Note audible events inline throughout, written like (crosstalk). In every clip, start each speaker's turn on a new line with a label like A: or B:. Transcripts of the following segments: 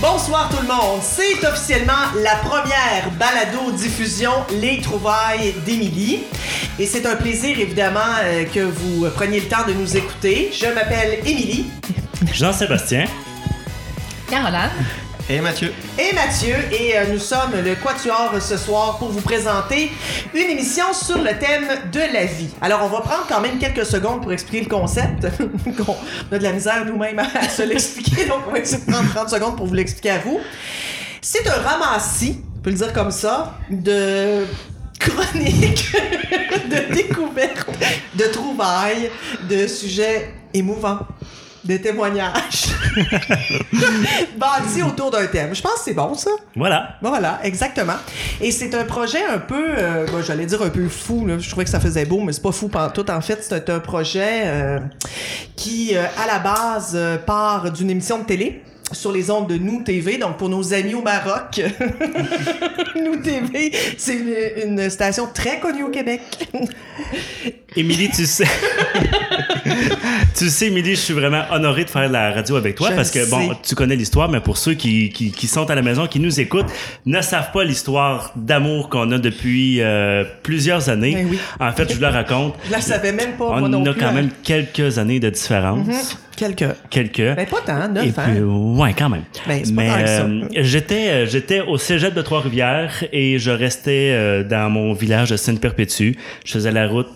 A: Bonsoir tout le monde. C'est officiellement la première balado-diffusion Les Trouvailles d'Émilie. Et c'est un plaisir, évidemment, euh, que vous preniez le temps de nous écouter. Je m'appelle Émilie
B: Jean-Sébastien.
C: Caroline.
D: Et Mathieu.
A: et Mathieu, et euh, nous sommes le Quatuor euh, ce soir pour vous présenter une émission sur le thème de la vie. Alors, on va prendre quand même quelques secondes pour expliquer le concept. (laughs) Qu'on a de la misère nous-mêmes à se l'expliquer, donc on va essayer de prendre 30 secondes pour vous l'expliquer à vous. C'est un ramassis, on peut le dire comme ça, de chroniques, (laughs) de découvertes, de trouvailles, de sujets émouvants, de témoignages, (laughs) bâtis autour d'un thème. Je pense que c'est bon, ça.
B: Voilà.
A: Voilà, exactement. Et c'est un projet un peu, euh, bon, j'allais dire un peu fou. là. Je trouvais que ça faisait beau, mais c'est pas fou tout. En fait, c'est un projet euh, qui, euh, à la base, euh, part d'une émission de télé sur les ondes de Nous TV, donc pour nos amis au Maroc. (laughs) Nous TV, c'est une, une station très connue au Québec.
B: Émilie, tu
A: (laughs)
B: sais. tu sais, Émilie, je suis vraiment honoré de faire de la radio avec toi
A: Je
B: parce
A: le
B: que, bon,
A: sais.
B: tu connais l'histoire, mais pour ceux qui, qui, qui sont à la maison, qui nous écoutent, ne savent pas l'histoire d'amour qu'on a depuis euh, plusieurs années.
A: Ben oui.
B: En fait, je vous la raconte.
A: Je la savais même pas, moi
B: On
A: non
B: a
A: plus,
B: quand
A: hein. Mm-hmm.
B: même quelques années de différence.
A: Quelques.
B: Quelques.
A: Ben, pas tant,
B: Et
A: neuf,
B: puis,
A: hein?
B: ouais, quand même.
A: Ben, c'est pas
B: Mais
A: tant que ça.
B: euh, j'étais, euh, j'étais au cégep de Trois-Rivières et je restais euh, dans mon village de Sainte-Perpétue. Je faisais la route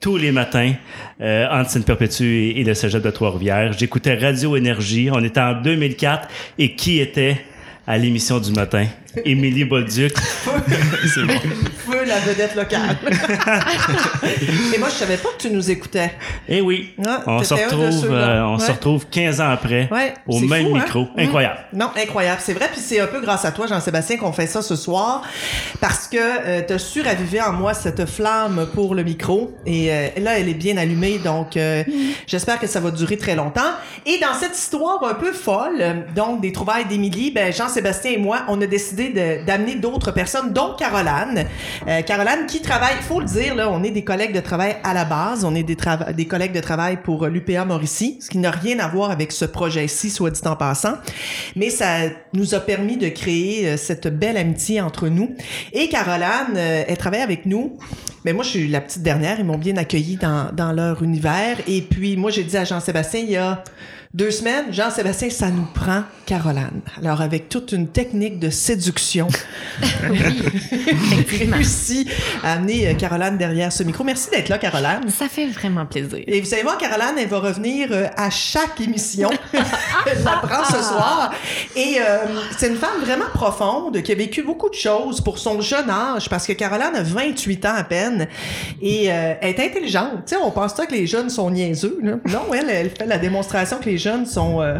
B: tous les matins euh, entre Sainte-Perpétue et, et le cégep de Trois-Rivières. J'écoutais Radio Énergie. On était en 2004 et qui était à l'émission
A: (laughs)
B: du matin? Émilie Bolduc.
D: C'est bon.
A: Feu la vedette locale. (laughs) Et moi, je savais pas que tu nous écoutais.
B: Eh oui,
A: Ah,
B: on se
A: t'étais un de
B: retrouve,
A: ceux-là.
B: euh, on se
A: Ouais.
B: retrouve 15 ans après
A: Ouais,
B: au
A: c'est
B: même
A: fou, hein?
B: micro.
A: Mm.
B: Incroyable.
A: Non, incroyable. C'est vrai, puis c'est un peu grâce à toi, Jean-Sébastien, qu'on fait ça ce soir, parce que tu as su raviver en moi cette flamme pour le micro, et euh, là, elle est bien allumée, donc euh, j'espère que ça va durer très longtemps. Et dans cette histoire un peu folle, euh, donc des trouvailles d'Émilie, ben, Jean-Sébastien et moi, on a décidé de- d'amener d'autres personnes, dont Caroline. Euh, Caroline qui travaille, faut le dire, là, on est des collègues de travail à la base, on est des, trava- des collègues de travail pour euh, l'UPA Mauricie, ce qui n'a rien à voir avec ce projet-ci, soit dit en passant. Mais ça nous a permis de créer euh, cette belle amitié entre nous. Et Caroline, euh, elle travaille avec nous. Mais moi, je suis la petite dernière. Ils m'ont bien accueillie dans, dans leur univers. Et puis, moi, j'ai dit à Jean-Sébastien il y a deux semaines, Jean-Sébastien, ça nous prend Caroline. Alors, avec toute une technique de séduction, (laughs)
C: Oui,
A: j'ai
C: effectivement.
A: réussi à amener euh, Caroline derrière ce micro. Merci d'être là, Caroline.
C: Ça fait vraiment plaisir.
A: Et vous savez moi, Caroline, elle va revenir euh, à chaque émission. (laughs) Je la prends ce soir. Et euh, c'est une femme vraiment profonde qui a vécu beaucoup de choses pour son jeune âge, parce que Caroline a 28 ans à peine et euh, elle est intelligente. Tu sais, on pense pas que les jeunes sont niaiseux. là. Non, elle, elle fait la démonstration que les jeunes sont... euh,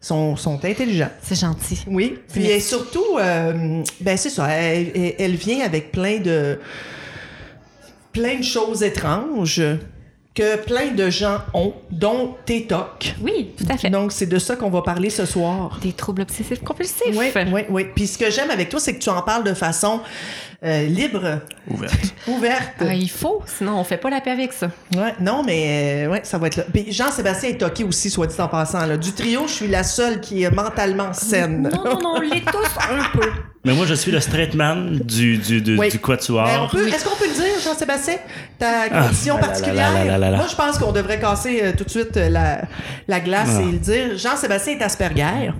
A: sont, sont intelligents.
C: C'est gentil.
A: Oui. Puis
C: Merci.
A: elle, surtout, euh, ben c'est ça, elle, elle- elle vient avec plein de plein de choses étranges que plein de gens ont, dont tes tocs.
C: Oui, tout à fait.
A: Donc c'est de ça qu'on va parler ce soir.
C: Des troubles obsessifs compulsifs.
A: Oui, oui, oui. Puis ce que j'aime avec toi, c'est que tu en parles de façon euh, libre,
D: Ouverte.
A: ouverte.
C: Ah, il faut, sinon on fait pas la paix avec ça.
A: Ouais, non, mais euh, ouais, ça va être là. Puis Jean-Sébastien est toqué aussi, soit dit en passant. Là. Du trio, je suis la seule qui est mentalement saine.
C: Non, non, non, on l'est tous un peu.
B: Mais moi, je suis le straight man du, du, du,
A: Oui.
B: du quatuor.
A: Ben, on peut- Est-ce qu'on peut le dire, Jean-Sébastien? Ta
B: Ah.
A: condition
B: Là, là,
A: particulière?
B: là, là, là, là, là.
A: Moi, je pense qu'on devrait casser euh, tout de suite euh, la, la glace
B: Ah.
A: et le dire. Jean-Sébastien est Asperger,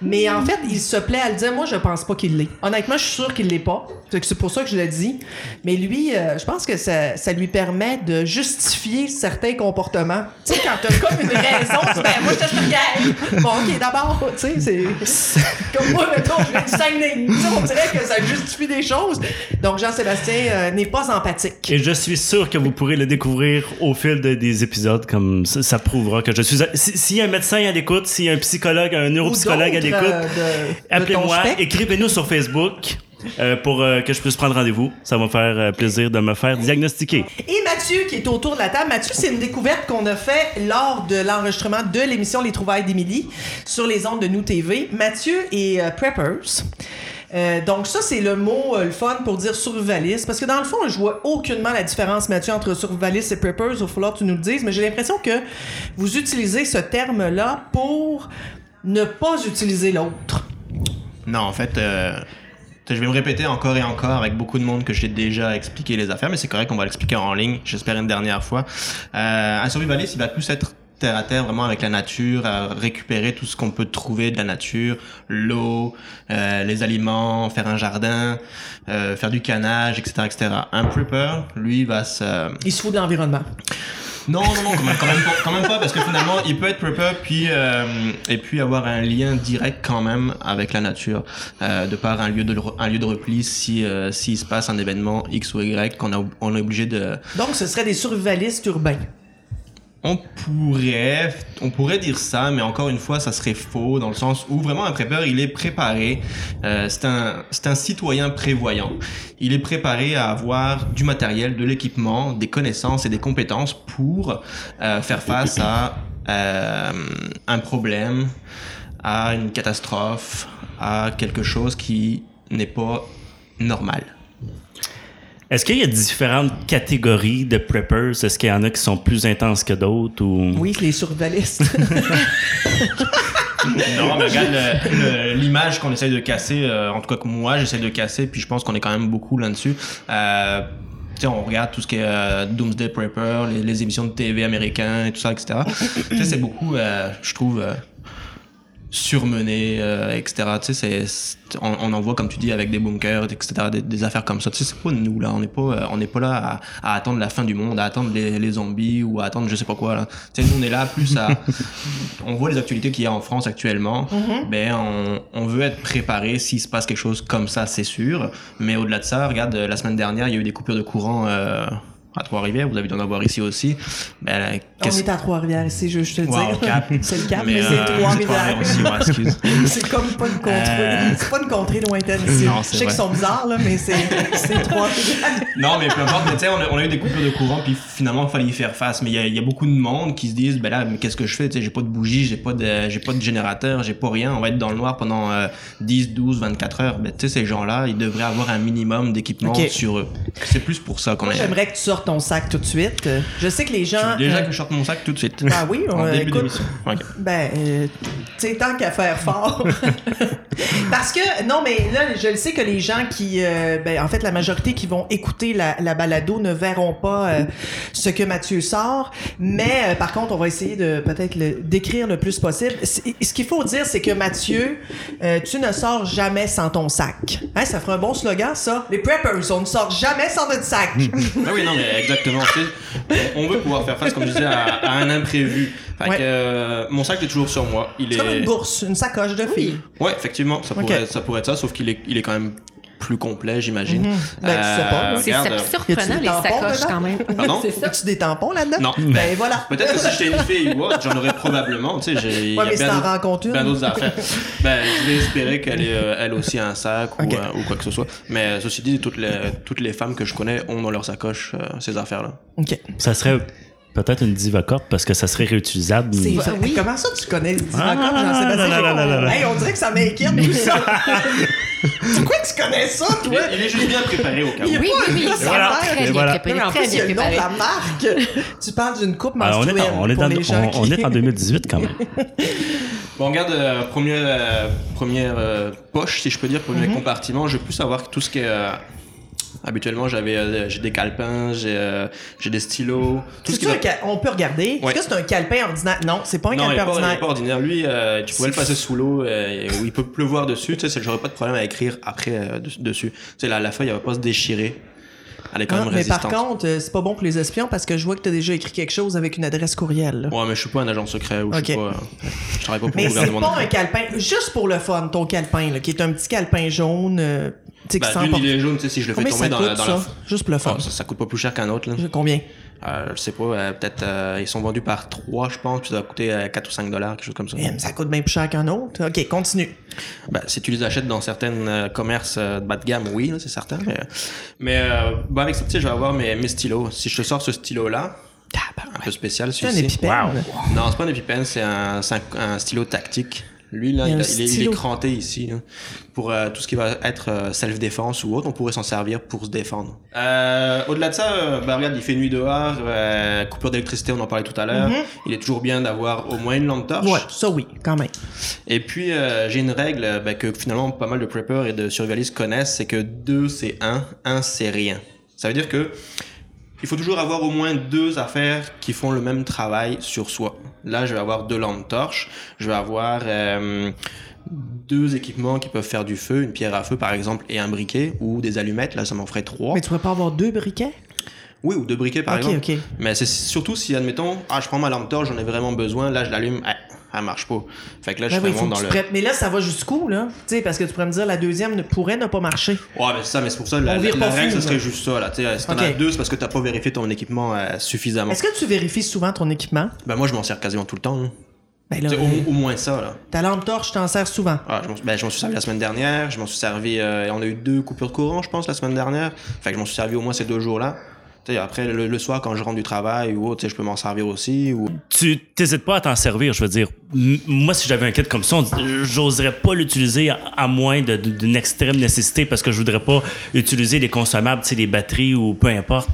A: mais en fait, il se plaît à le dire. Moi, je pense pas qu'il l'est. Honnêtement, je suis sûre qu'il l'est pas. Fait que C'est pour ça que je le dis. Mais lui, euh, je pense que ça, ça lui permet de justifier certains comportements. Tu sais, quand t'as comme une raison, tu dis, ben, moi, je suis Asperger. Bon, OK, d'abord, tu sais, c'est... Comme moi, mettons, je viens du Saguenay. Tu sais, On dirait que ça justifie des choses. Donc, Jean-Sébastien euh, n'est pas empathique.
B: Et je suis sûr que vous pourrez le découvrir au fil de- des épisodes, comme ça, ça prouvera que je suis. si- S'il y a un médecin à l'écoute, s'il y a un psychologue, un neuropsychologue à
A: Ou d'autres,
B: l'écoute,
A: euh, de- de ton
B: appelez-moi,
A: spectre.
B: écrivez-nous sur Facebook euh, pour euh, que je puisse prendre rendez-vous. Ça va me faire euh, plaisir de me faire diagnostiquer.
A: Et Mathieu, qui est autour de la table. Mathieu, c'est une découverte qu'on a fait lors de l'enregistrement de l'émission Les Trouvailles d'Émilie sur les ondes de Nous TV. Mathieu est euh, preppers. Euh, donc ça, c'est le mot, euh, le fun pour dire survivaliste. Parce que dans le fond, je vois aucunement la différence, Mathieu, entre survivaliste et preppers. Il va falloir que tu nous le dises. Mais j'ai l'impression que vous utilisez ce terme-là pour ne pas utiliser l'autre.
D: Non, en fait, euh, je vais me répéter encore et encore avec beaucoup de monde que j'ai déjà expliqué les affaires, mais c'est correct, on va l'expliquer en ligne, j'espère une dernière fois. Euh, un survivaliste, il va plus être terre à terre, vraiment avec la nature, à récupérer tout ce qu'on peut trouver de la nature, l'eau, euh, les aliments, faire un jardin, euh, faire du canage, etc., etc. Un prepper, lui, va se...
A: Il se fout de l'environnement.
D: Non, non, non, quand même, quand même pas, quand même pas, parce que finalement, il peut être prepper puis euh, et puis avoir un lien direct quand même avec la nature, euh, de par un lieu de un lieu de repli si euh, s'il se passe un événement X ou Y qu'on a on est obligé de
A: Donc, ce serait des survivalistes urbains.
D: on pourrait, on pourrait dire ça, mais encore une fois, ça serait faux dans le sens où vraiment un prépeur, il est préparé. euh, c'est un, c'est un citoyen prévoyant. Il est préparé à avoir du matériel, de l'équipement, des connaissances et des compétences pour euh, faire face à euh, un problème, à une catastrophe, à quelque chose qui n'est pas normal.
B: Est-ce qu'il y a différentes catégories de preppers? Est-ce qu'il y en a qui sont plus intenses que d'autres? Ou...
A: Oui, les survivalistes.
D: Non, mais regarde le- le- l'image qu'on essaye de casser, euh, en tout cas que moi j'essaie de casser, puis je pense qu'on est quand même beaucoup là-dessus. Euh, tu sais, on regarde tout ce qui est euh, Doomsday Prepper, les, les émissions de TV américains et tout ça, etc. tu sais, c'est beaucoup, euh, je trouve, euh, surmené, euh, etc. Tu sais, c'est- c'est- on, on en voit, comme tu dis, avec des bunkers, etc., des, des affaires comme ça. Tu sais, c'est pas nous, là. On n'est pas, euh, on n'est pas là à, à attendre la fin du monde, à attendre les, les zombies ou à attendre je sais pas quoi, là. Tu sais, nous, on est là
A: (laughs)
D: plus à... on voit les actualités qu'il y a en France actuellement.
A: Mm-hmm.
D: Ben, on, on veut être préparé s'il se passe quelque chose comme ça, c'est sûr. Mais au-delà de ça, regarde, euh, la semaine dernière, il y a eu des coupures de courant... euh, à Trois-Rivières, vous avez dû en avoir ici aussi. Ben, euh,
A: On
D: qu'est-ce-
A: est à Trois-Rivières ici, je, je te le dis.
D: Wow, Cap.
A: (laughs) C'est le cap, mais,
D: euh,
A: c'est Trois-Rivières.
D: Trois-Rivières aussi, ouais, excuse.
A: (laughs) C'est comme pas une contrée.
B: Euh.
A: C'est pas une contrée lointaine ici. je
D: Non, c'est
A: sais qu'ils
D: vrai.
A: sont bizarres, là, mais c'est
D: (laughs)
A: c'est Trois-Rivières.
D: Non, mais peu importe, mais tu sais, on a, on a eu des coupures de courant, puis finalement, il fallait y faire face. Mais il y a, il y a beaucoup de monde qui se disent, ben là, mais qu'est-ce que je fais? Tu sais, j'ai pas de bougie, j'ai pas de, j'ai pas de générateur, j'ai pas rien. On va être dans le noir pendant euh, 10, 12, 24 heures. Ben, tu sais, ces gens-là, ils devraient avoir un minimum d'équipement
A: Ok.
D: sur eux. C'est plus pour ça qu'on
A: Moi,
D: est.
A: J'aimerais que tu sortes ton sac tout de suite. Euh, Je sais que les
D: Tu
A: gens.
D: veux déjà
A: euh,
D: que je sorte mon sac tout de suite.
A: Ben oui, on,
D: En
A: euh,
D: début
A: écoute,
D: d'émission. Ok.
A: Ben, euh, tu sais, tant qu'à faire
C: (laughs)
A: fort. Parce que, non, mais là, je le sais que les gens qui, euh, ben, en fait, la majorité qui vont écouter la, la balado ne verront pas euh, ce que Mathieu sort. Mais, euh, par contre, on va essayer de peut-être le, décrire le plus possible. C'est- Ce qu'il faut dire, c'est que Mathieu, euh, tu ne sors jamais sans ton sac. Hein, ça fera un bon slogan, ça. Les preppers, on ne sort jamais sans notre sac.
C: Mm,
D: Ah oui, non, mais exactement. tu sais, on on veut pouvoir faire face, comme je disais, à, à un imprévu. Fait
A: Ouais.
D: que, euh, mon sac est toujours sur moi. Il
A: C'est comme
D: est.
A: une bourse, une sacoche de fille.
D: Ouais, effectivement, ça
A: Ok.
D: pourrait, être, ça pourrait être ça, sauf qu'il est, il est quand même plus complet, j'imagine. Euh,
A: Ben, tu sais pas, là.
C: C'est
D: regarde,
C: sur-
D: euh, Ah,
A: Y a-tu
C: surprenant,
A: des
C: les
A: tampons
C: sacoches
A: dedans?
C: quand même.
D: Pardon?
C: C'est ça.
A: As-tu des tampons là-dedans?
D: Non.
A: Ben voilà.
D: euh, Peut-être que si j'étais une fille ou autre, j'en aurais probablement, tu sais, j'ai il y
A: Ouais,
D: a
A: mais si t'en
D: d'autres-
A: rencontres une.
D: plein d'autres affaires. Ben, je vais espérer qu'elle ait, euh, elle aussi un sac ou,
A: Ok.
D: euh, ou quoi que ce soit. Mais euh, ceci dit, toutes les, toutes les femmes que je connais ont dans leur sacoche euh, ces affaires-là.
A: OK.
B: Ça serait peut-être une divacorp parce que ça serait réutilisable.
A: C'est
C: Oui.
A: vrai.
C: Oui.
A: Comment ça, tu connais le
B: Ah,
A: Divacom, Jean-Sébastien?
B: là, là, là, là, là.
A: Hey, on dirait que ça m'inquiète, tout ça. Pourquoi (laughs) tu connais ça,
D: Il
A: toi?
D: est, il est juste bien préparé au cas
A: Il
D: où.
A: est
C: Oui, oui,
A: pas
C: oui.
A: un gars
C: c'est
B: voilà.
A: sans
C: Très
A: mère.
B: Et
C: bien
B: voilà.
A: Mais
C: préparé,
A: en
C: très
A: plus, il y
C: bien
A: a le nom de
C: préparé.
A: la marque. Tu parles d'une coupe
B: Ah, on, est
A: menstruelle
B: dans- on est
A: pour
B: dans-
A: les gens
B: on- on
A: qui-
B: est en 2018 quand même.
D: Bon, regarde, euh, première, euh, première euh, poche, si je peux dire, premier
A: Mhm.
D: compartiment. Je veux plus savoir tout ce qui est. euh, habituellement, j'avais, euh, j'ai des calepins, j'ai, euh, j'ai des stylos. Tout ce
A: (laughs) C'est
D: qui
A: sûr
D: va-
A: qu'on peut regarder.
D: Ouais.
A: Est-ce que c'est un calepin ordinaire? Non, c'est pas un
D: Non, il est
A: calepin
D: pas, il est
A: ordinaire.
D: pas ordinaire. Lui, euh, tu pouvais le passer sous l'eau euh, ou il peut pleuvoir dessus. Tu sais, c'est- j'aurais pas de problème à écrire après euh, de- dessus. Tu sais, la, la feuille, elle va pas se déchirer. Elle est quand
A: Ah,
D: même
A: mais
D: résistante.
A: par contre, euh, c'est pas bon pour les espions parce que je vois que t'as déjà écrit quelque chose avec une adresse courriel. là.
D: Ouais, mais je suis pas un agent secret ou je suis
A: Ok.
D: pas. euh, je travaille pas pour
A: Mais
D: le
A: c'est
D: gouvernement.
A: pas un calepin. Juste pour le fun, ton calepin, là, qui est un petit calepin jaune, euh, tu sais, qui
D: Bah,
A: sent
D: d'une,
A: pas-
D: il est jaune, tu sais, si je le fais
A: Combien ça
D: tomber dans, la-
A: coûte,
D: dans
A: ça?
D: la.
A: Juste pour le fun.
D: Ah, ça, ça coûte pas plus cher qu'un autre. Là.
A: Je- Combien?
D: Euh, je sais pas, euh, peut-être euh, ils sont vendus par 3, je pense, puis ça va coûter euh, 4 ou 5 dollars, quelque chose comme ça.
A: Eh, mais ça coûte bien plus cher qu'un autre. OK, continue.
D: Bah, si tu les achètes dans certains commerces euh, de bas de gamme, oui, là, c'est certain. Mais, mais euh, bah, avec ça, tu sais, je vais avoir mes, mes stylos. Si je te sors ce stylo-là, un peu spécial
A: C'est un
D: celui-ci.
A: épipène.
B: Wow.
D: Non, c'est pas un épipène, c'est un, c'est un- un stylo tactique. Lui, là,
A: Il y a
D: il,
A: un
D: a- il est, il est
A: stylo.
D: cranté ici. hein. Pour euh, tout ce qui va être euh, self-défense ou autre, on pourrait s'en servir pour se défendre. Euh, Au-delà de ça, euh, bah, regarde, il fait nuit dehors, euh, coupure d'électricité, on en parlait tout à l'heure. Il est toujours bien d'avoir au moins une lampe torche.
A: Mm-hmm. Ouais, ça oui, quand même.
D: Et puis, euh, j'ai une règle euh, ben, que finalement pas mal de preppers et de survivalistes connaissent, c'est que 2 c'est 1, 1 c'est rien. Ça veut dire que il faut toujours avoir au moins deux affaires qui font le même travail sur soi. Là, je vais avoir deux lampes torches, je vais avoir euh, deux équipements qui peuvent faire du feu, une pierre à feu par exemple et un briquet, ou des allumettes, là ça m'en ferait trois.
A: Mais tu pourrais pas avoir deux briquets?
D: Oui, ou deux briquets par
A: ok,
D: exemple.
A: ok.
D: Mais c'est surtout si, admettons, ah, je prends ma lampe torche, j'en ai vraiment besoin, là je l'allume, ah, elle marche pas. Fait que là, je
A: Ben
D: suis
A: oui, faut que
D: vraiment dans
A: tu
D: le...
A: te prêtes. Mais là, ça va jusqu'où, là? Tu sais, parce que tu pourrais me dire la deuxième ne pourrait ne pas marcher.
D: Ouais, mais c'est ça, mais c'est pour ça,
A: On
D: la, la,
A: vire
D: la
A: pas
D: règle,
A: fou,
D: ce serait
A: là.
D: juste ça, là. Tu sais, si t'en
A: Ok.
D: as deux, c'est parce que t'as pas vérifié ton équipement euh, suffisamment.
A: Est-ce que tu vérifies souvent ton équipement?
D: Ben, moi, je m'en sers quasiment tout le temps, là.
A: Ben là,
D: Tu sais, au, au moins ça, là.
A: ta lampe torche, tu t'en sers souvent.
D: Ah, je m'en ben, je m'en suis servi la semaine dernière, je m'en suis servi, euh, on a eu deux coupures de courant, je pense, la semaine dernière. Fait que je m'en suis servi au moins ces deux jours-là. Tu sais, après, le, le soir, quand je rentre du travail ou autre, tu sais, je peux m'en servir aussi. Ou...
B: (laughs) tu t'hésites pas à t'en servir, je veux dire. M- Moi, si j'avais un kit comme ça, on- j'oserais pas l'utiliser à- à moins de- de- d'une extrême nécessité parce que je voudrais pas utiliser les consommables, tu sais, les batteries ou peu importe.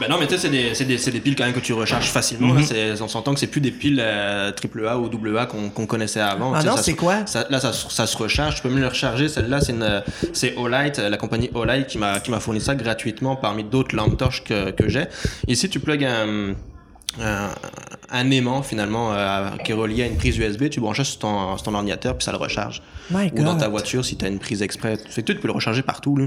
D: Ben non, mais tu sais, c'est des, c'est des, c'est des piles quand même que tu recharges facilement.
A: Mhm.
D: là. C'est- On s'entend que c'est plus des piles euh, AAA ou AA qu'on qu'on connaissait avant.
A: Ah
D: Tu sais,
A: non,
D: ça
A: c'est
D: se-
A: quoi?
D: ça- Là, ça, se- ça se recharge. Tu peux même le recharger. Celle-là, c'est une- c'est Olight, euh, la compagnie Olight qui m'a qui m'a fourni ça gratuitement parmi d'autres lampes torches que, que j'ai. Ici, tu plugues un... Un, un aimant finalement euh, qui est relié à une prise USB, tu branches ça sur ton, sur ton ordinateur puis ça le recharge.
A: My
D: Ou dans
A: God.
D: ta voiture si tu as une prise exprès. Fait que tu peux le recharger partout. Là.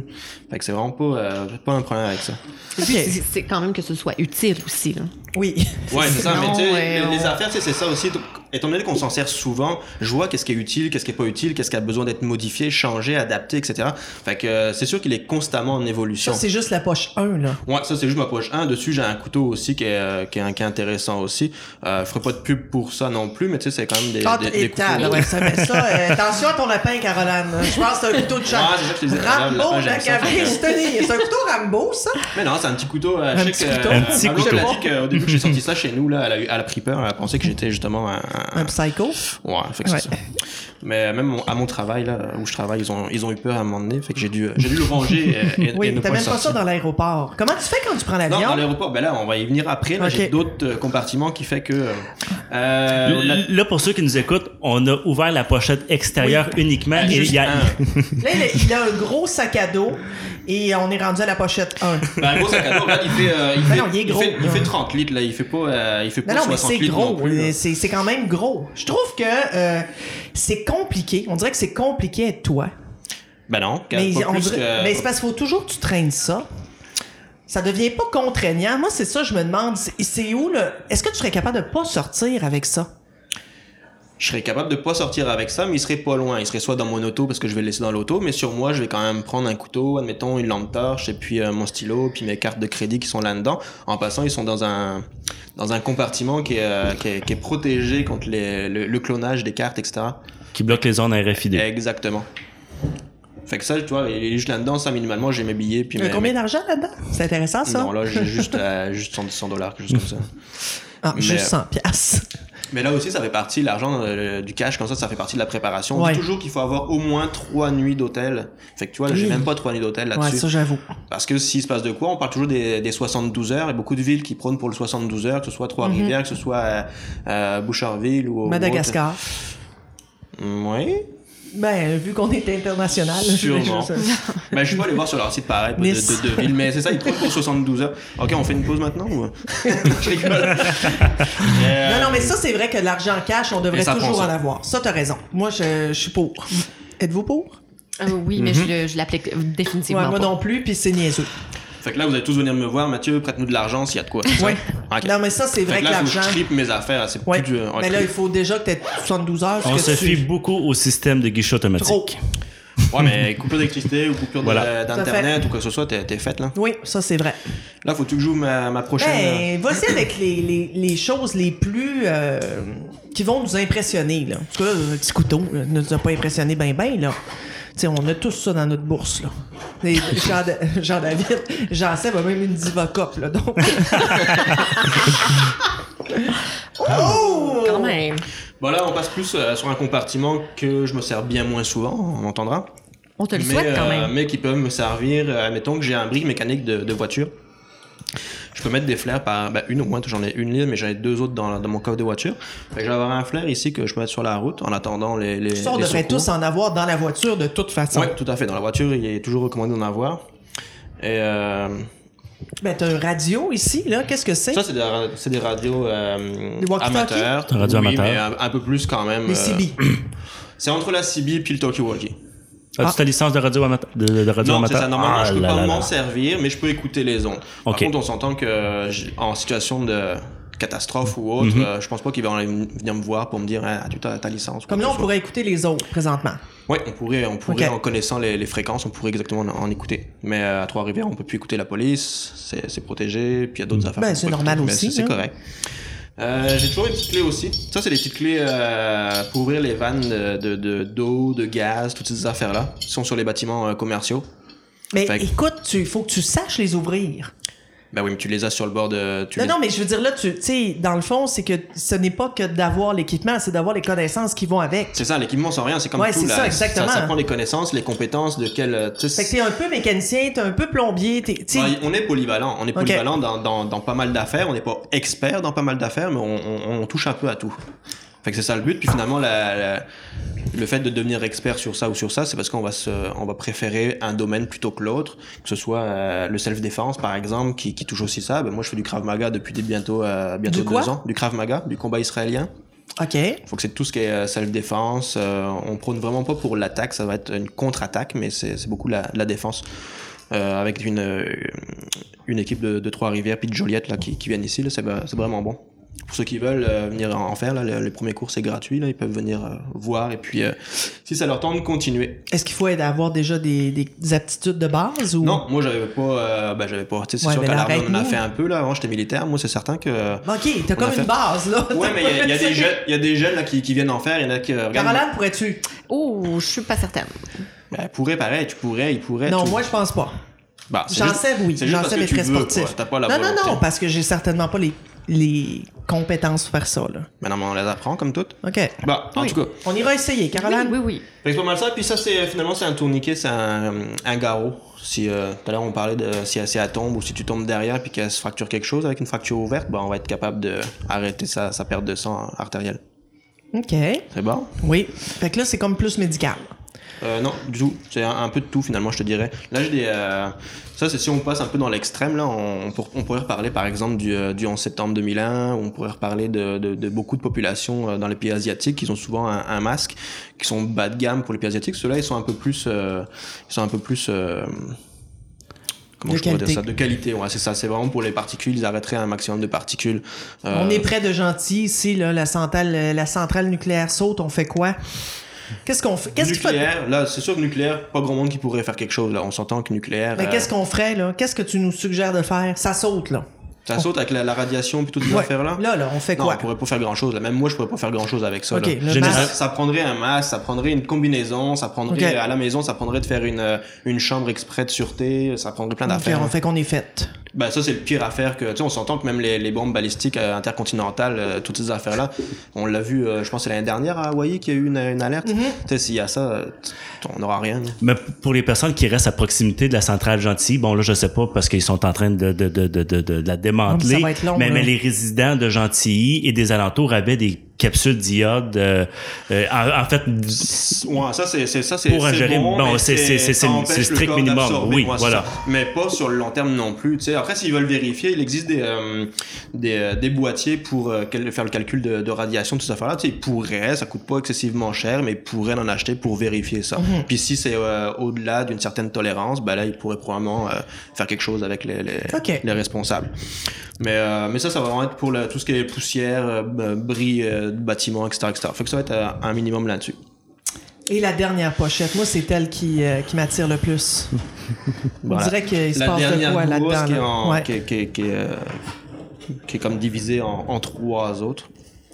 D: Fait que c'est vraiment pas, euh, pas un problème avec ça.
C: Puis c'est- C'est quand même que ce soit utile aussi. là.
A: Oui.
D: Ouais, c'est ça, mais
C: Sinon,
D: tu sais,
C: ouais,
D: les, les
C: on-
D: affaires, tu sais, c'est ça aussi. Donc, Étant donné qu'on s'en sert souvent, je vois qu'est-ce qui est utile, qu'est-ce qui est pas utile, qu'est-ce qui a besoin d'être modifié, changé, adapté, etc. Fait que euh, c'est sûr qu'il est constamment en évolution.
A: Ça, c'est juste la poche 1, là.
D: Ouais, ça c'est juste ma poche 1. Dessus, j'ai un couteau aussi qui est, euh, qui est, qui est intéressant aussi. Euh, je ferai pas de pub pour ça non plus, mais tu sais, c'est quand même des,
A: Ah, t'es
D: des, des couteaux.
A: étable, ouais, ça, mais ça, euh, attention à ton lapin, Caroline. Je pense que c'est un couteau
D: (laughs)
A: de chat.
D: Ouais, c'est ça que je te disais, le lapin,
A: Rambo,
D: j'aime
A: la
D: ça, fait
A: cabine,
D: que-
A: se tenir. C'est un couteau Rambo, ça?
D: Mais non, c'est un petit couteau. euh, je
A: petit
D: sais que, euh,
A: couteau.
B: Un petit
D: ma blonde, elle a
B: couteau.
D: dit qu'au début que j'ai sorti ça chez nous, là, elle a, eu, elle a pris peur, elle a pensé que
A: (laughs)
D: j'étais justement un-
A: Un psycho.
D: Ouais, fait que c'est
A: Ouais.
D: ça. Mais même mon- à mon travail, là, où je travaille, ils ont, ils ont eu peur à un moment donné. Fait que j'ai dû, j'ai dû le ranger et, et- et
A: (laughs) Oui,
D: ne
A: t'as
D: pas
A: même
D: le
A: pas ça
D: sortir.
A: dans l'aéroport. Comment tu fais quand tu prends
D: Non, dans
A: l'avion?
D: l'aéroport, ben là, on va y venir après. Là,
A: Ok.
D: j'ai d'autres euh, compartiments qui fait que. euh, euh,
B: (laughs)
D: on a-
B: L- Là, pour ceux qui nous écoutent, on a ouvert la pochette extérieure uniquement et il y a-
D: un,
A: Là, il a, il a un gros sac à dos et on est rendu à la pochette 1.
D: ben, un gros sac à dos, là, il fait, euh, il
A: Ben
D: fait,
A: non, il est
D: il
A: gros,
D: fait- il
A: là.
D: fait 30 litres, là. Il fait pas, euh, il fait pas
A: Non, non, mais
D: 60
A: c'est
D: litres
A: gros.
D: non plus, là.
A: Euh, C'est c'est quand même gros. Je trouve que euh, c'est compliqué. On dirait que c'est compliqué être toi.
D: Ben non,
A: Mais,
D: pas
A: on
D: plus
A: dirait-
D: que-
A: mais c'est parce qu'il faut toujours que tu traînes ça. Ça devient pas contraignant. Moi, c'est ça, je me demande. c'est- C'est où le. Est-ce que tu serais capable de pas sortir avec ça?
D: je serais capable de pas sortir avec ça, mais il serait pas loin. Il serait soit dans mon auto parce que je vais le laisser dans l'auto, mais sur moi, je vais quand même prendre un couteau, admettons une lampe torche, et puis euh, mon stylo, puis mes cartes de crédit qui sont là-dedans. En passant, ils sont dans un dans un compartiment qui est, euh, qui est, qui est protégé contre les- le, le clonage des cartes, etc.
B: qui bloque les zones
D: Euh,
B: RFID.
D: Exactement. Fait que ça, tu vois, il est juste là-dedans. Ça, minimalement, j'ai mes billets, puis
A: Il y a
D: mes,
A: Euh, combien d'argent là-dedans? C'est intéressant,
D: mes-
A: ça?
D: Non, là, j'ai juste euh, juste 100 100 dollars, quelque chose comme ça.
A: Ah,
D: mais-
A: juste 100 piastres.
D: Mais là aussi, ça fait partie, l'argent euh, du cash, comme ça, ça fait partie de la préparation. On
A: Ouais.
D: dit toujours qu'il faut avoir au moins trois nuits d'hôtel. Fait que tu vois, là, j'ai
A: Oui.
D: même pas trois nuits d'hôtel
A: Ouais,
D: là-dessus.
A: ça, j'avoue.
D: Parce que s'il se passe de quoi, on parle toujours des, des 72 heures. Il y a beaucoup de villes qui prônent pour le 72 heures, que ce soit Trois-Rivières, que ce soit euh, euh, Boucherville ou... Mm,
A: Madagascar.
D: Oui.
A: Ben, vu qu'on est international. (laughs)
D: Sûrement.
A: je- je-
D: Ben, je suis pas allé voir sur leur site pareil, de,
A: Nice.
D: de, de ville, mais c'est ça, ils prônent pour 72 heures. Ok, on fait une pause maintenant ou...
A: (laughs)
D: je rigole. euh,
A: Non, non, mais ça, c'est vrai que de l'argent cash, on devrait
D: Et ça prend
A: toujours en
D: ça.
A: avoir. Ça, t'as raison. Moi, je, je suis pour. Êtes-vous pour?
C: Euh, oui,
D: Mhm.
C: mais je, je l'applique euh, définitivement.
A: Ouais, moi
C: pas.
A: non plus, puis c'est niaiseux.
D: Fait que là, vous allez tous venir me voir. Mathieu, prête-nous de l'argent s'il y a de quoi. c'est ça?
A: Ouais.
D: Ok.
A: Non, mais ça, c'est
D: Fait
A: vrai
D: que
A: que
D: là, faut que
A: l'argent.
D: je triple mes affaires. C'est
A: Ouais.
D: plus euh, du... un
A: Mais là,
D: trip.
A: il faut déjà que t'aies 72 heures. ce
B: On
A: que
B: se
A: tu-
B: fie beaucoup au système de guichet automatique.
A: Trop.
D: Ouais, mais coupure d'électricité ou coupure de-
B: Voilà.
D: d'internet ou quoi que ce soit, t'es t'es faite là.
A: Oui, ça, c'est vrai.
D: Là, faut que tu joues ma, ma prochaine.
A: Ben, voici avec les, les, les choses les plus. euh, qui vont nous impressionner, là. Parce que là, le petit couteau là, ne nous a pas impressionné ben ben, là. Tu sais, on a tous ça dans notre bourse, là. Et Jean, (laughs) Jean David, Jean Seb a même une divocop, là. Donc. oh!
C: Quand même.
D: euh, Bon, là, on passe plus euh, sur un compartiment que je me sers bien moins souvent, on entendra.
C: On te le
D: mais,
C: souhaite quand
D: euh,
C: même.
D: mais qui peuvent me servir, euh, admettons que j'ai un brique mécanique de, de voiture. Je peux mettre des flares par bah, une au moins, j'en ai une ligne, mais j'en ai deux autres dans, dans mon coffre de voiture. Fait que je vais avoir un flair ici que je peux mettre sur la route en attendant les. les
A: Ça, on
D: les
A: devrait
D: secours.
A: tous en avoir dans la voiture de toute façon.
D: Ouais, tout à fait. Dans la voiture, il est toujours recommandé d'en avoir. Et euh,
A: Ben, t'as un radio ici, là. Qu'est-ce que c'est?
D: ça, c'est des, ra- c'est des radios euh,
A: Des walkie-talkie?
D: amateurs.
B: Des radios
D: Oui,
B: amateurs.
D: mais un, un peu plus quand même.
A: Les
D: euh,
A: CB.
D: C'est entre la CB puis le Talkie Walkie.
B: As-tu
A: Ah.
B: ta licence de radio amateur? De, de- de radio
D: Non, c'est
B: amateur?
D: ça. Normalement,
B: Ah
D: je peux
B: là
D: pas
B: là
D: m'en
B: là.
D: servir, mais je peux écouter les ondes. Par
B: Ok.
D: contre, on s'entend que euh, j- en situation de catastrophe ou autre,
B: Mhm.
D: euh, je pense pas qu'ils vont aller m- venir me voir pour me dire ah, tu as ta licence. ou
A: Comme
D: quoi
A: là, on
D: que ce soit.
A: pourrait écouter les autres présentement.
D: Oui, on pourrait, on pourrait
A: Ok.
D: en connaissant les, les fréquences, on pourrait exactement en, en écouter. Mais euh, à Trois-Rivières, on peut plus écouter la police, c'est c'est protégé, puis il y a d'autres affaires.
A: Ben,
D: qu'on
A: c'est
D: peut
A: normal
D: écouter, mais
A: aussi,
D: C'est c'est
A: hein.
D: correct. Euh, J'ai toujours une petite clé aussi. Ça, c'est des petites clés euh, pour ouvrir les vannes de- de de- d'eau, de, gaz, toutes ces affaires-là. qui sont sur les bâtiments euh, commerciaux.
A: Mais
D: Fait que-
A: écoute, il faut que tu saches les ouvrir.
D: Ben oui, mais tu les as sur le bord de. Tu
A: Non,
D: les-
A: non, mais je veux dire, là, tu tu sais, dans le fond, c'est que ce n'est pas que d'avoir l'équipement, c'est d'avoir les connaissances qui vont avec.
D: C'est ça, l'équipement sans rien, c'est comme
A: Ouais,
D: tout.
A: c'est
D: là.
A: ça, exactement.
D: Ça, ça prend les connaissances, les compétences de quel. euh, tu sais,
A: Fait que t'es un peu mécanicien, t'es un peu plombier, t'es... tu sais,
D: Ouais, on est polyvalent, on est
A: Ok.
D: polyvalent dans, dans- dans pas mal d'affaires, on n'est pas expert dans pas mal d'affaires, mais on, on- on touche un peu à tout. Fait que c'est ça le but, puis finalement la- la- le fait de devenir expert sur ça ou sur ça, c'est parce qu'on va se, on va préférer un domaine plutôt que l'autre, que ce soit euh, le self défense par exemple qui, qui touche aussi ça. Ben, moi je fais du krav maga depuis des- bientôt euh, bientôt
A: Du quoi
D: deux ans, du krav maga, du combat israélien.
A: OK.
D: Faut que c'est tout ce qui est euh, self-défense. euh, on prône vraiment pas pour l'attaque, ça va être une contre-attaque, mais c'est c'est beaucoup la, la défense. Euh, avec une, euh, une équipe de, de Trois-Rivières puis de Joliette là, qui, qui viennent ici, là, c'est va- c'est vraiment bon. Pour ceux qui veulent euh, venir en en faire, là, le, le premier cours c'est gratuit, là, ils peuvent venir euh, voir et puis euh, si ça leur tente, continuer.
A: Est-ce qu'il faut être- avoir déjà des, des- des aptitudes de base ou...
D: Non, moi j'avais pas, euh, ben, j'avais pas, tu sais, c'est
A: Ouais,
D: sûr
A: mais
D: qu'à
A: là,
D: l'armée on en a
A: arrête-nous.
D: fait un peu là, avant j'étais militaire, moi c'est certain que.
A: OK, t'as
D: On a
A: comme
D: fait-
A: une base, là.
D: Ouais, mais il y a-
A: (laughs)
D: il y, a des jeunes, il y a des jeunes là, qui, qui viennent en faire, il y en a qui. euh, regarde,
A: Caroline, pourrais-tu?
C: Oh, je suis pas certaine.
D: ben, pourrait pareil, tu pourrais, il pourrait.
A: Non,
D: tout.
A: moi, je pense pas.
D: Bah, c'est
A: J'en
D: juste-
A: sais, oui.
D: c'est
A: J'en
D: juste parce
A: sais,
D: que
A: mais
D: tu
A: très
D: veux,
A: sportif.
D: quoi. T'as pas la
A: Non, non,
D: volonté.
A: non, parce que j'ai certainement pas les, les compétences pour faire ça, là.
D: Maintenant, on les apprend comme toutes.
A: OK.
D: Bah, en
A: Oui.
D: tout cas.
A: On ira essayer, Caroline.
C: Oui, (laughs) oui, oui.
D: Fait que c'est pas mal ça. Puis ça, c'est finalement, c'est un tourniquet, c'est un, un garrot. Si euh, tout à l'heure on parlait de si, si elle tombe ou si tu tombes derrière puis qu'elle se fracture quelque chose avec une fracture ouverte, bah on va être capable de arrêter sa, sa perte de sang artérielle.
A: OK.
D: C'est bon
A: Oui. Fait que là, c'est comme plus médical.
D: Euh, non, du tout. C'est un, un peu de tout finalement, je te dirais. Là, j'ai des. euh, ça, c'est si on passe un peu dans l'extrême, là, on, on pour- on pourrait reparler par exemple du, euh, du 11 septembre 2001, on pourrait reparler de, de- de beaucoup de populations euh, dans les pays asiatiques qui ont souvent un, un masque, qui sont bas de gamme pour les pays asiatiques. Ceux-là, ils sont un peu plus. euh, ils sont un peu plus. euh, Comment
A: De
D: je pourrais dire
A: qualité.
D: ça De qualité, ouais, c'est ça. C'est vraiment pour les particules, ils arrêteraient un maximum de particules. Euh,
A: On est près de gentil ici, là, la centrale, euh, la centrale nucléaire saute, on fait quoi? Qu'est-ce qu'on fait? Qu'est-ce qu'il faut-
D: nucléaire, là, c'est sûr que nucléaire, pas grand monde qui pourrait faire quelque chose. Là, on s'entend que nucléaire.
A: Mais
D: euh,
A: qu'est-ce qu'on ferait, là? Qu'est-ce que tu nous suggères de faire? Ça saute, là.
D: Ça saute avec la, la radiation puis toutes ces
A: Ouais.
D: affaires-là
A: Là, là, on fait
D: Non,
A: quoi?
D: on pourrait pas faire grand-chose. là. Même moi, je pourrais pas faire grand-chose avec ça.
A: OK,
D: là.
A: le
B: Général-
D: Ça,
A: masque.
D: ça prendrait un masque, ça prendrait une combinaison, ça prendrait
A: OK.
D: à la maison, ça prendrait de faire une, euh, une chambre exprès de sûreté, ça prendrait plein
A: Ok,
D: d'affaires.
A: on fait qu'on est fait.
D: Bah, ça, c'est le pire affaire que. Tu sais, on s'entend que même les, les bombes balistiques euh, intercontinentales, euh, toutes ces affaires-là, on l'a vu, euh, je pense, que c'est l'année dernière à Hawaï qu'il y a eu une, une alerte.
A: Mhm.
D: Tu sais, s'il y a ça, euh, t- on n'aura rien. nous.
B: Mais pour les personnes qui restent à proximité de la centrale Gentilly, bon là je sais pas parce qu'ils sont en train de, de, de, de, de, de la démanteler.
A: Ah, mais ça va être long,
B: mais,
A: là.
B: mais les résidents de Gentilly et des alentours avaient des capsules d'iode. euh, euh, en, en fait,
D: Ouais, ça c'est c'est- ça c'est
B: Pour
D: c'est
B: ingérer, bon,
D: mais
B: c'est- c'est- c'est-
D: ça
B: c'est-
D: empêche
B: c'est
D: le
B: strict
D: corps
B: minimum,
D: d'absorber,
B: oui,
D: ouais, c'est
B: voilà.
D: ça. Mais pas sur le long terme non plus, tu sais. Après s'ils veulent vérifier, il existe des euh, des, euh, des boîtiers pour euh, quel- faire le calcul de, de radiation tout ça là, tu sais, ils pourraient, ça coûte pas excessivement cher, mais ils pourraient en acheter pour vérifier ça. Puis si c'est euh, au-delà d'une certaine tolérance, bah là ils pourraient probablement euh, faire quelque chose avec les les,
A: Ok.
D: les responsables. Mais euh, mais ça ça va vraiment être pour la- tout ce qui est poussière, euh, b- bris euh, de bâtiments, etc., etc. Fait que ça va être euh, un minimum là-dessus.
A: Et la dernière pochette, moi, c'est elle qui, euh, qui m'attire le plus. On
D: Voilà.
A: dirait qu'il se
D: la
A: passe de
D: dernière
A: quoi
D: grosse
A: là-dedans.
D: qui est,
A: là.
D: en-
A: Ouais.
D: qui est- qui est- qui est, euh, qui est comme divisée en, en trois autres.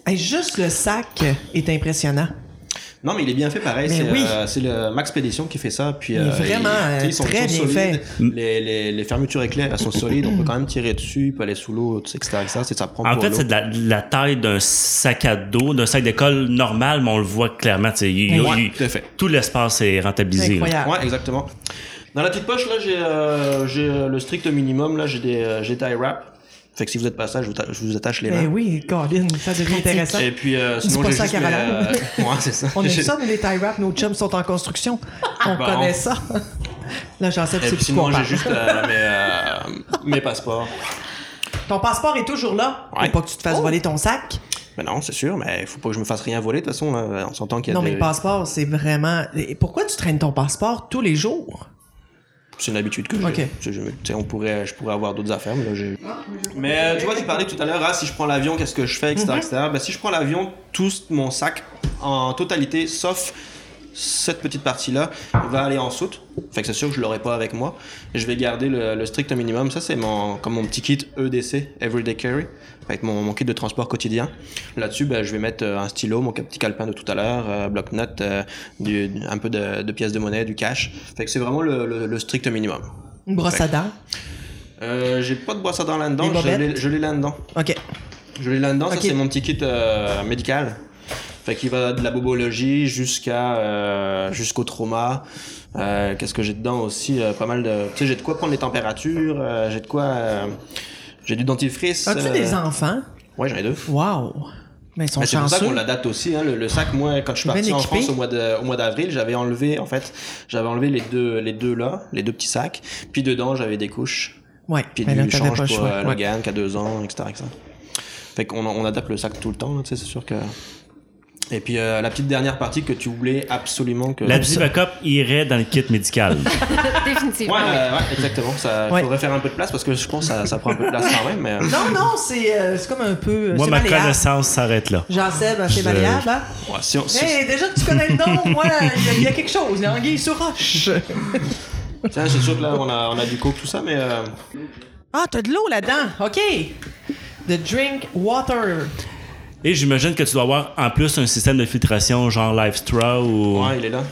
A: Hey, juste le sac est impressionnant.
D: Non, mais il est bien fait pareil.
A: Mais
D: C'est
A: oui.
D: euh, c'est le Max Pédition qui fait ça. Puis,
A: Il est vraiment,
D: tu sais,
A: euh, très
D: tous
A: bien
D: solides.
A: fait.
B: Mm.
D: Les, les, les fermetures éclairs, elles sont solides. On peut quand même tirer dessus, puis aller sous l'eau, tout ça, etc. etc. C'est ça prend
B: En
D: pour
B: fait,
D: l'eau.
B: c'est de la, de la taille d'un sac à dos, d'un sac d'école normal, mais on le voit clairement. tu sais, il- il-
D: Ouais,
B: il-
D: tout à fait.
B: tout l'espace est
A: C'est
B: rentabilisé. là.
A: incroyable.
D: Ouais, exactement. Dans la petite poche, là, j'ai euh, j'ai, euh, le strict minimum. Là, j'ai des, euh, j'ai tie wrap. Fait que si vous êtes passage, je vous, ta- je vous attache les mains.
A: Mais Ben oui, Colin, ça devient intéressant.
D: Et puis, euh,
A: Dis
D: sinon,
A: pas
D: j'ai
A: ça à
D: juste mes,
A: Caroline.
D: euh, (laughs) ouais, c'est ça.
A: On aime
D: J'ai-
A: ça, nous, les tie wrap, nos chums sont en construction. On
D: Bon.
A: connaît ça. Là, j'en sais
D: Et
A: plus
D: puis,
A: de quoi
D: sinon,
A: on
D: j'ai
A: parle.
D: juste euh, mes, euh, mes passeports.
A: Ton passeport est toujours là.
D: Ouais.
A: Faut pas que tu te fasses voler ton sac.
D: Mais Bah non, c'est sûr, mais faut pas que je me fasse rien voler, de toute façon, là, on s'entend qu'il y a
A: Non, mais
D: des...
A: le passeport, c'est vraiment. Et pourquoi tu traînes ton passeport tous les jours?
D: C'est une habitude que j'ai.
A: Ok.
D: C'est- je me- tu sais, on pourrait, je pourrais avoir d'autres affaires, mais là, j'ai. Mais euh, tu vois, tu parlais tout à l'heure, ah, si je prends l'avion, qu'est-ce que je fais, etc.
A: Mhm.
D: etc. Ben, si je prends l'avion, tout ce- mon sac en totalité, sauf cette petite partie-là, va aller en soute. Fait que c'est sûr que je l'aurai pas avec moi. Je vais garder le, le strict minimum. Ça, c'est mon, comme mon petit kit EDC, Everyday Carry, avec mon, mon kit de transport quotidien. Là-dessus, ben, je vais mettre euh, un stylo, mon petit calepin de tout à l'heure, euh, bloc-notes, euh, du- un peu de, de pièces de monnaie, du cash. Fait que c'est vraiment le- le- le strict minimum.
A: Une
D: Ben,
A: brosse à dents.
D: Euh, j'ai pas de brosse à dents là-dedans,
A: Des
D: je
A: bobettes?
D: l'ai- je l'ai là-dedans.
A: OK.
D: Je l'ai là-dedans,
A: Ok.
D: ça c'est mon petit kit euh, médical. Fait qu'il va de la bobologie jusqu'à euh, jusqu'au trauma. Euh, Qu'est-ce que j'ai dedans aussi Euh, Pas mal de. Tu sais, j'ai de quoi prendre les températures. euh, j'ai de quoi. euh, j'ai du dentifrice.
A: As-tu
D: euh,
A: Ah, des enfants?
D: Ouais, j'en ai deux.
A: Wow! Mais ils sont
D: Mais Ben, c'est pour ça qu'on
A: chanceux.
D: l'adapte aussi. Hein. Le, le sac, moi, quand je suis
A: Bien
D: parti en
A: équipé.
D: France au mois de- au mois d'avril, j'avais enlevé en fait, j'avais enlevé les deux les deux là, les deux petits sacs. Puis dedans, j'avais des couches.
A: Ouais,
D: Puis
A: mais là,
D: du
A: t'avais
D: change
A: pas le
D: pour
A: choix.
D: euh,
A: Ouais.
D: Logan qui a deux ans, etc. etc. Fait qu'on on adapte le sac tout le temps, là, tu sais, c'est sûr que. Et puis euh, la petite dernière partie que tu voulais absolument que.
B: La Divacop irait dans le kit
A: (laughs)
B: médical.
D: Ouais,
C: Définitivement. oui.
D: euh, ouais, exactement. Ça
A: Ouais.
D: faudrait faire un peu de place parce que je pense que ça, ça prend un peu de place quand même. Mais, euh,
A: Non, non, c'est euh, c'est comme un peu. euh,
B: Moi,
A: c'est
B: ma
A: malléable.
B: connaissance s'arrête là.
A: Jean-Seb, c'est
B: Je-
A: malléable, hein?
D: ouais, si on- si-
A: Hey, déjà que tu connais le nom, moi, il y a- il y, a quelque chose, il y a anguille sur roche.
D: tiens, c'est sûr que là on a, on a du coke tout ça, mais euh,
A: Ah, t'as de l'eau là-dedans, OK. The drink water.
B: Et j'imagine que tu dois avoir en plus un système de filtration genre Livestraw ou.
D: ouais, il est là.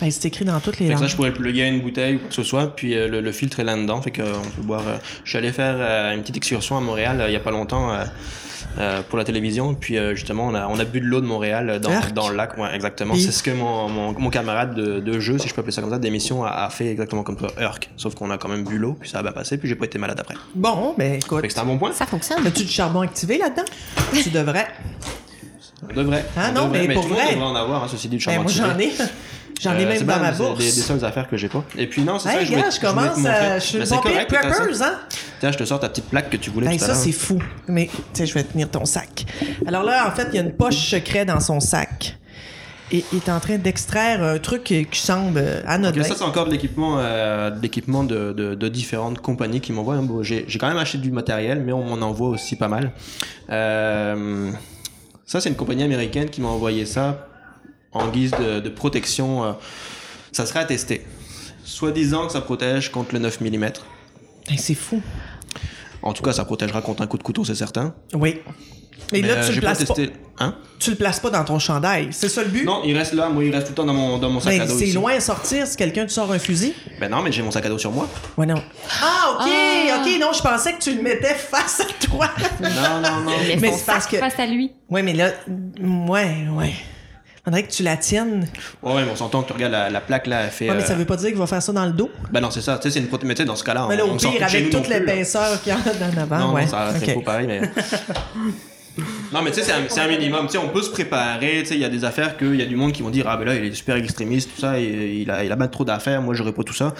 A: Hey, Ben, c'est écrit dans toutes les
D: Fait que ça,
A: langues.
D: je pourrais le plugger à une bouteille ou quoi que ce soit, puis euh, le, le filtre est là-dedans, fait qu'on peut boire. euh, Je suis allé faire euh, une petite excursion à Montréal euh, il y a pas longtemps euh, euh, pour la télévision, puis euh, justement, on a, on a bu de l'eau de Montréal euh, dans,
A: Arc.
D: dans le lac, ouais, exactement.
A: Oui.
D: C'est ce que mon, mon, mon camarade de, de jeu, si je peux appeler ça comme ça, d'émission, a, a fait exactement comme ça, Urk. Sauf qu'on a quand même bu l'eau, puis ça a bien passé, puis j'ai pas été malade après.
A: Bon, ben
D: Fait
A: écoute.
D: que c'est un bon point.
C: Ça fonctionne.
A: As-tu du charbon activé là-dedans? tu
D: (laughs)
A: devrais.
D: On devrait.
A: Ah
D: On
A: non,
D: devrait,
A: mais pour
D: tout le monde
A: vrai.
D: devrait en avoir, hein, ceci dit, du
A: Ben,
D: charbon
A: moi,
D: activé.
A: j'en ai. (laughs) J'en ai
D: Euh,
A: même
D: c'est
A: dans
D: bien,
A: ma
D: c'est
A: bourse.
D: Des, des seules affaires que j'ai pas. Et puis non, c'est ça.
A: Hey,
D: je voulais-
A: gars, je
D: voulais te
A: commence
D: montrer.
A: à. Je suis
D: Ben,
A: une
D: c'est
A: bon
D: correct, t'as ça.
A: preppers, hein?
D: Tiens, je te sors ta petite plaque que tu voulais
A: Ben,
D: tout à
A: ça,
D: l'heure.
A: c'est fou. Mais, tu sais, je vais tenir ton sac. Alors là, en fait, il y a une poche secrète dans son sac. Et il est en train d'extraire un truc qui qui semble euh, anodin.
D: Ok, ça, c'est encore de l'équipement euh, de, l'équipement de, de- de différentes compagnies qui m'envoient. hein. Bon, J'ai j'ai quand même acheté du matériel, mais on m'en envoie aussi pas mal. Euh, ça, c'est une compagnie américaine qui m'a envoyé ça en guise de, de protection. euh, ça serait à tester. Soi-disant que ça protège contre le 9 mm.
A: Hey, c'est fou.
D: En tout cas, ça protégera contre un coup de couteau, c'est certain.
A: Oui. Et
D: Mais,
A: là,
D: euh,
A: tu,
D: j'ai
A: le places pas,
D: Hein
A: tu le places pas dans ton chandail. C'est ça le but?
D: Non, il reste là. Moi, il reste tout le temps dans mon, dans mon sac
A: Ben,
D: à dos.
A: c'est
D: ici.
A: loin à sortir si quelqu'un te sort un fusil.
D: Ben non, mais j'ai mon sac à dos sur moi.
A: Ouais, non. Ah, OK,
C: Ah.
A: OK. Non, je pensais que tu le mettais face à toi.
D: (laughs) Non, non, non.
C: Mais,
A: Mais
C: son
A: c'est parce
C: sac
A: que-
C: face à lui.
A: (laughs) ouais, mais là, mm, ouais, ouais. On dirait que tu la tiennes.
D: Ouais, ouais, mais on s'entend que tu regardes la, la plaque là, elle fait.
A: Ouais, mais
D: euh,
A: ça veut pas dire qu'il va faire ça dans le dos.
D: Ben non, c'est ça. Tu sais, c'est une protéine. Mais tu sais, dans ce cas-là, on
A: Mais là, au
D: on sort
A: pire,
D: plus de chez
A: avec
D: nous non
A: toute
D: plus, là.
A: l'épaisseur qu'il y en a dans l'avant,
D: Non,
A: hein, ouais.
D: non, ça c'est
A: Ok.
D: pas
A: (laughs)
D: pareil, mais. Non, mais tu sais, c'est un, c'est un minimum. Tu sais, on peut se préparer. Tu sais, il y a des affaires qu'il y a du monde qui vont dire Ah, ben là, il est super extrémiste, tout ça, et il a, il a bien trop d'affaires, moi, j'aurais pas tout ça.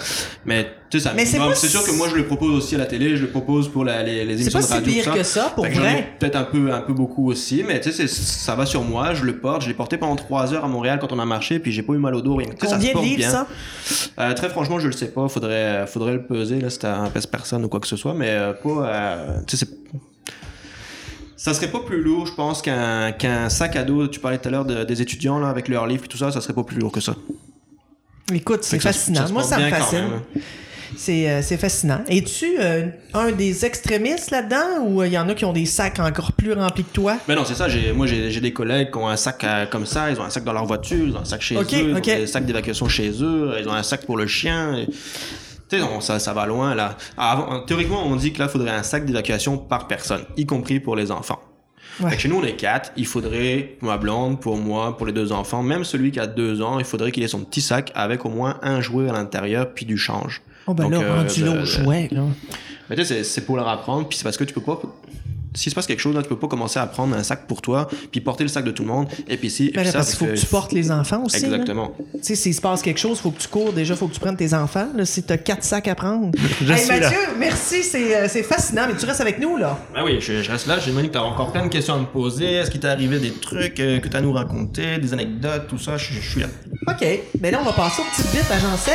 D: Mais tu sais, c'est un
A: Mais c'est
D: minimum.
A: pas
D: C'est
A: si-
D: sûr que moi, je le propose aussi à la télé, je le propose pour la- les, les
A: C'est pas
D: émissions de
A: si
D: radio.
A: pire
D: tout ça.
A: que ça, pour
D: Fait que j'en ai
A: vrai.
D: Peut-être un peu, un peu beaucoup aussi, mais tu sais, c'est- ça va sur moi, je le porte. Je l'ai porté pendant 3 heures à Montréal quand on a marché, puis j'ai pas eu mal au dos, rien. Tu sais, ça se
A: Combien de
D: porte
A: livres,
D: bien.
A: ça?
D: Euh, très franchement, je le sais pas. Faudrait, faudrait le peser là, si t'as un pèse personne ou quoi que ce soit, mais euh, pas. euh, tu sais, c'est- ça serait pas plus lourd, je pense, qu'un qu'un sac à dos. Tu parlais tout à l'heure de- des étudiants là, avec leurs livres et tout ça, ça serait pas plus lourd que ça.
A: Écoute, c'est
D: Fait que ça-
A: fascinant.
D: se
A: Moi,
D: porte
A: ça me
D: bien quand
A: fascine.
D: même. hein.
A: C'est euh, c'est fascinant. Es-tu euh, un des extrémistes là-dedans ou euh, il y en a qui ont des sacs encore plus remplis que toi?
D: Mais non, c'est ça. j'ai- Moi, j'ai j'ai des collègues qui ont un sac à- comme ça. Ils ont un sac dans leur voiture, ils ont un sac chez
A: Ok,
D: eux, ils
A: ok.
D: ont des sacs d'évacuation chez eux, ils ont un sac pour le chien. et- Tu sais, on- ça, ça va loin, là. Avant- théoriquement, on dit que là, il faudrait un sac d'évacuation par personne, y compris pour les enfants.
A: Ouais.
D: Fait que chez nous, on est quatre. Il faudrait, pour ma blonde, pour moi, pour les deux enfants, même celui qui a deux ans, il faudrait qu'il ait son petit sac avec au moins un jouet à l'intérieur, puis du change.
A: Oh ben
D: Donc,
A: là,
D: euh,
A: rendu là
D: le-
A: au jouet, là.
D: Mais tu sais, c'est- c'est pour leur apprendre, puis c'est parce que tu peux pas. S'il se passe quelque chose, là, tu peux pas commencer à prendre un sac pour toi, puis porter le sac de tout le monde, et puis si. et
A: Ben
D: puis
A: là,
D: ça,
A: parce qu'il faut que tu portes les enfants aussi. là.
D: Exactement.
A: Tu sais, s'il se passe quelque chose, faut que tu cours. Déjà, faut que tu prennes tes enfants. Là, si t'as quatre sacs à prendre.
B: (laughs) Je
A: Hey,
B: suis là.
A: Mathieu, merci. C'est euh, c'est fascinant. Mais tu restes avec nous, là.
D: Ben oui, je, je reste là. J'imagine que t'as encore plein de questions à me poser. Est-ce qu'il t'est arrivé des trucs euh, que t'as à nous raconter, des anecdotes, tout ça Je, je suis là.
A: OK. Mais là, on va passer au petit bit à Jean-Seb. (laughs)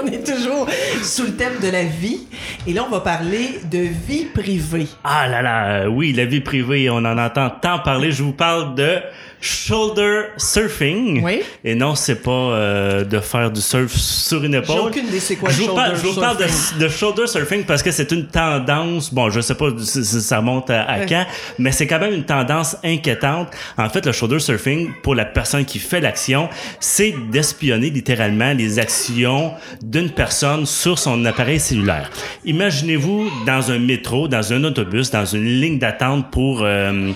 A: on est toujours sous le thème de la vie. Et là, on va parler de vie privée.
B: Ah là là, euh, oui, la vie privée, on en entend tant parler. Je vous parle de shoulder surfing.
A: Oui.
B: Et non, c'est pas euh, de faire du surf sur une épaule.
A: J'ai aucune idée c'est quoi
B: je
A: le
B: vous
A: shoulder
B: parle, je vous parle de, de shoulder surfing parce que c'est une tendance. Bon, je sais pas si si ça monte à, à
A: Ouais.
B: quand, mais c'est quand même une tendance inquiétante. En fait, le shoulder surfing pour la personne qui fait l'action, c'est d'espionner littéralement les actions d'une personne sur son appareil cellulaire. Imaginez-vous dans un métro, dans un autobus, dans une ligne d'attente pour euh,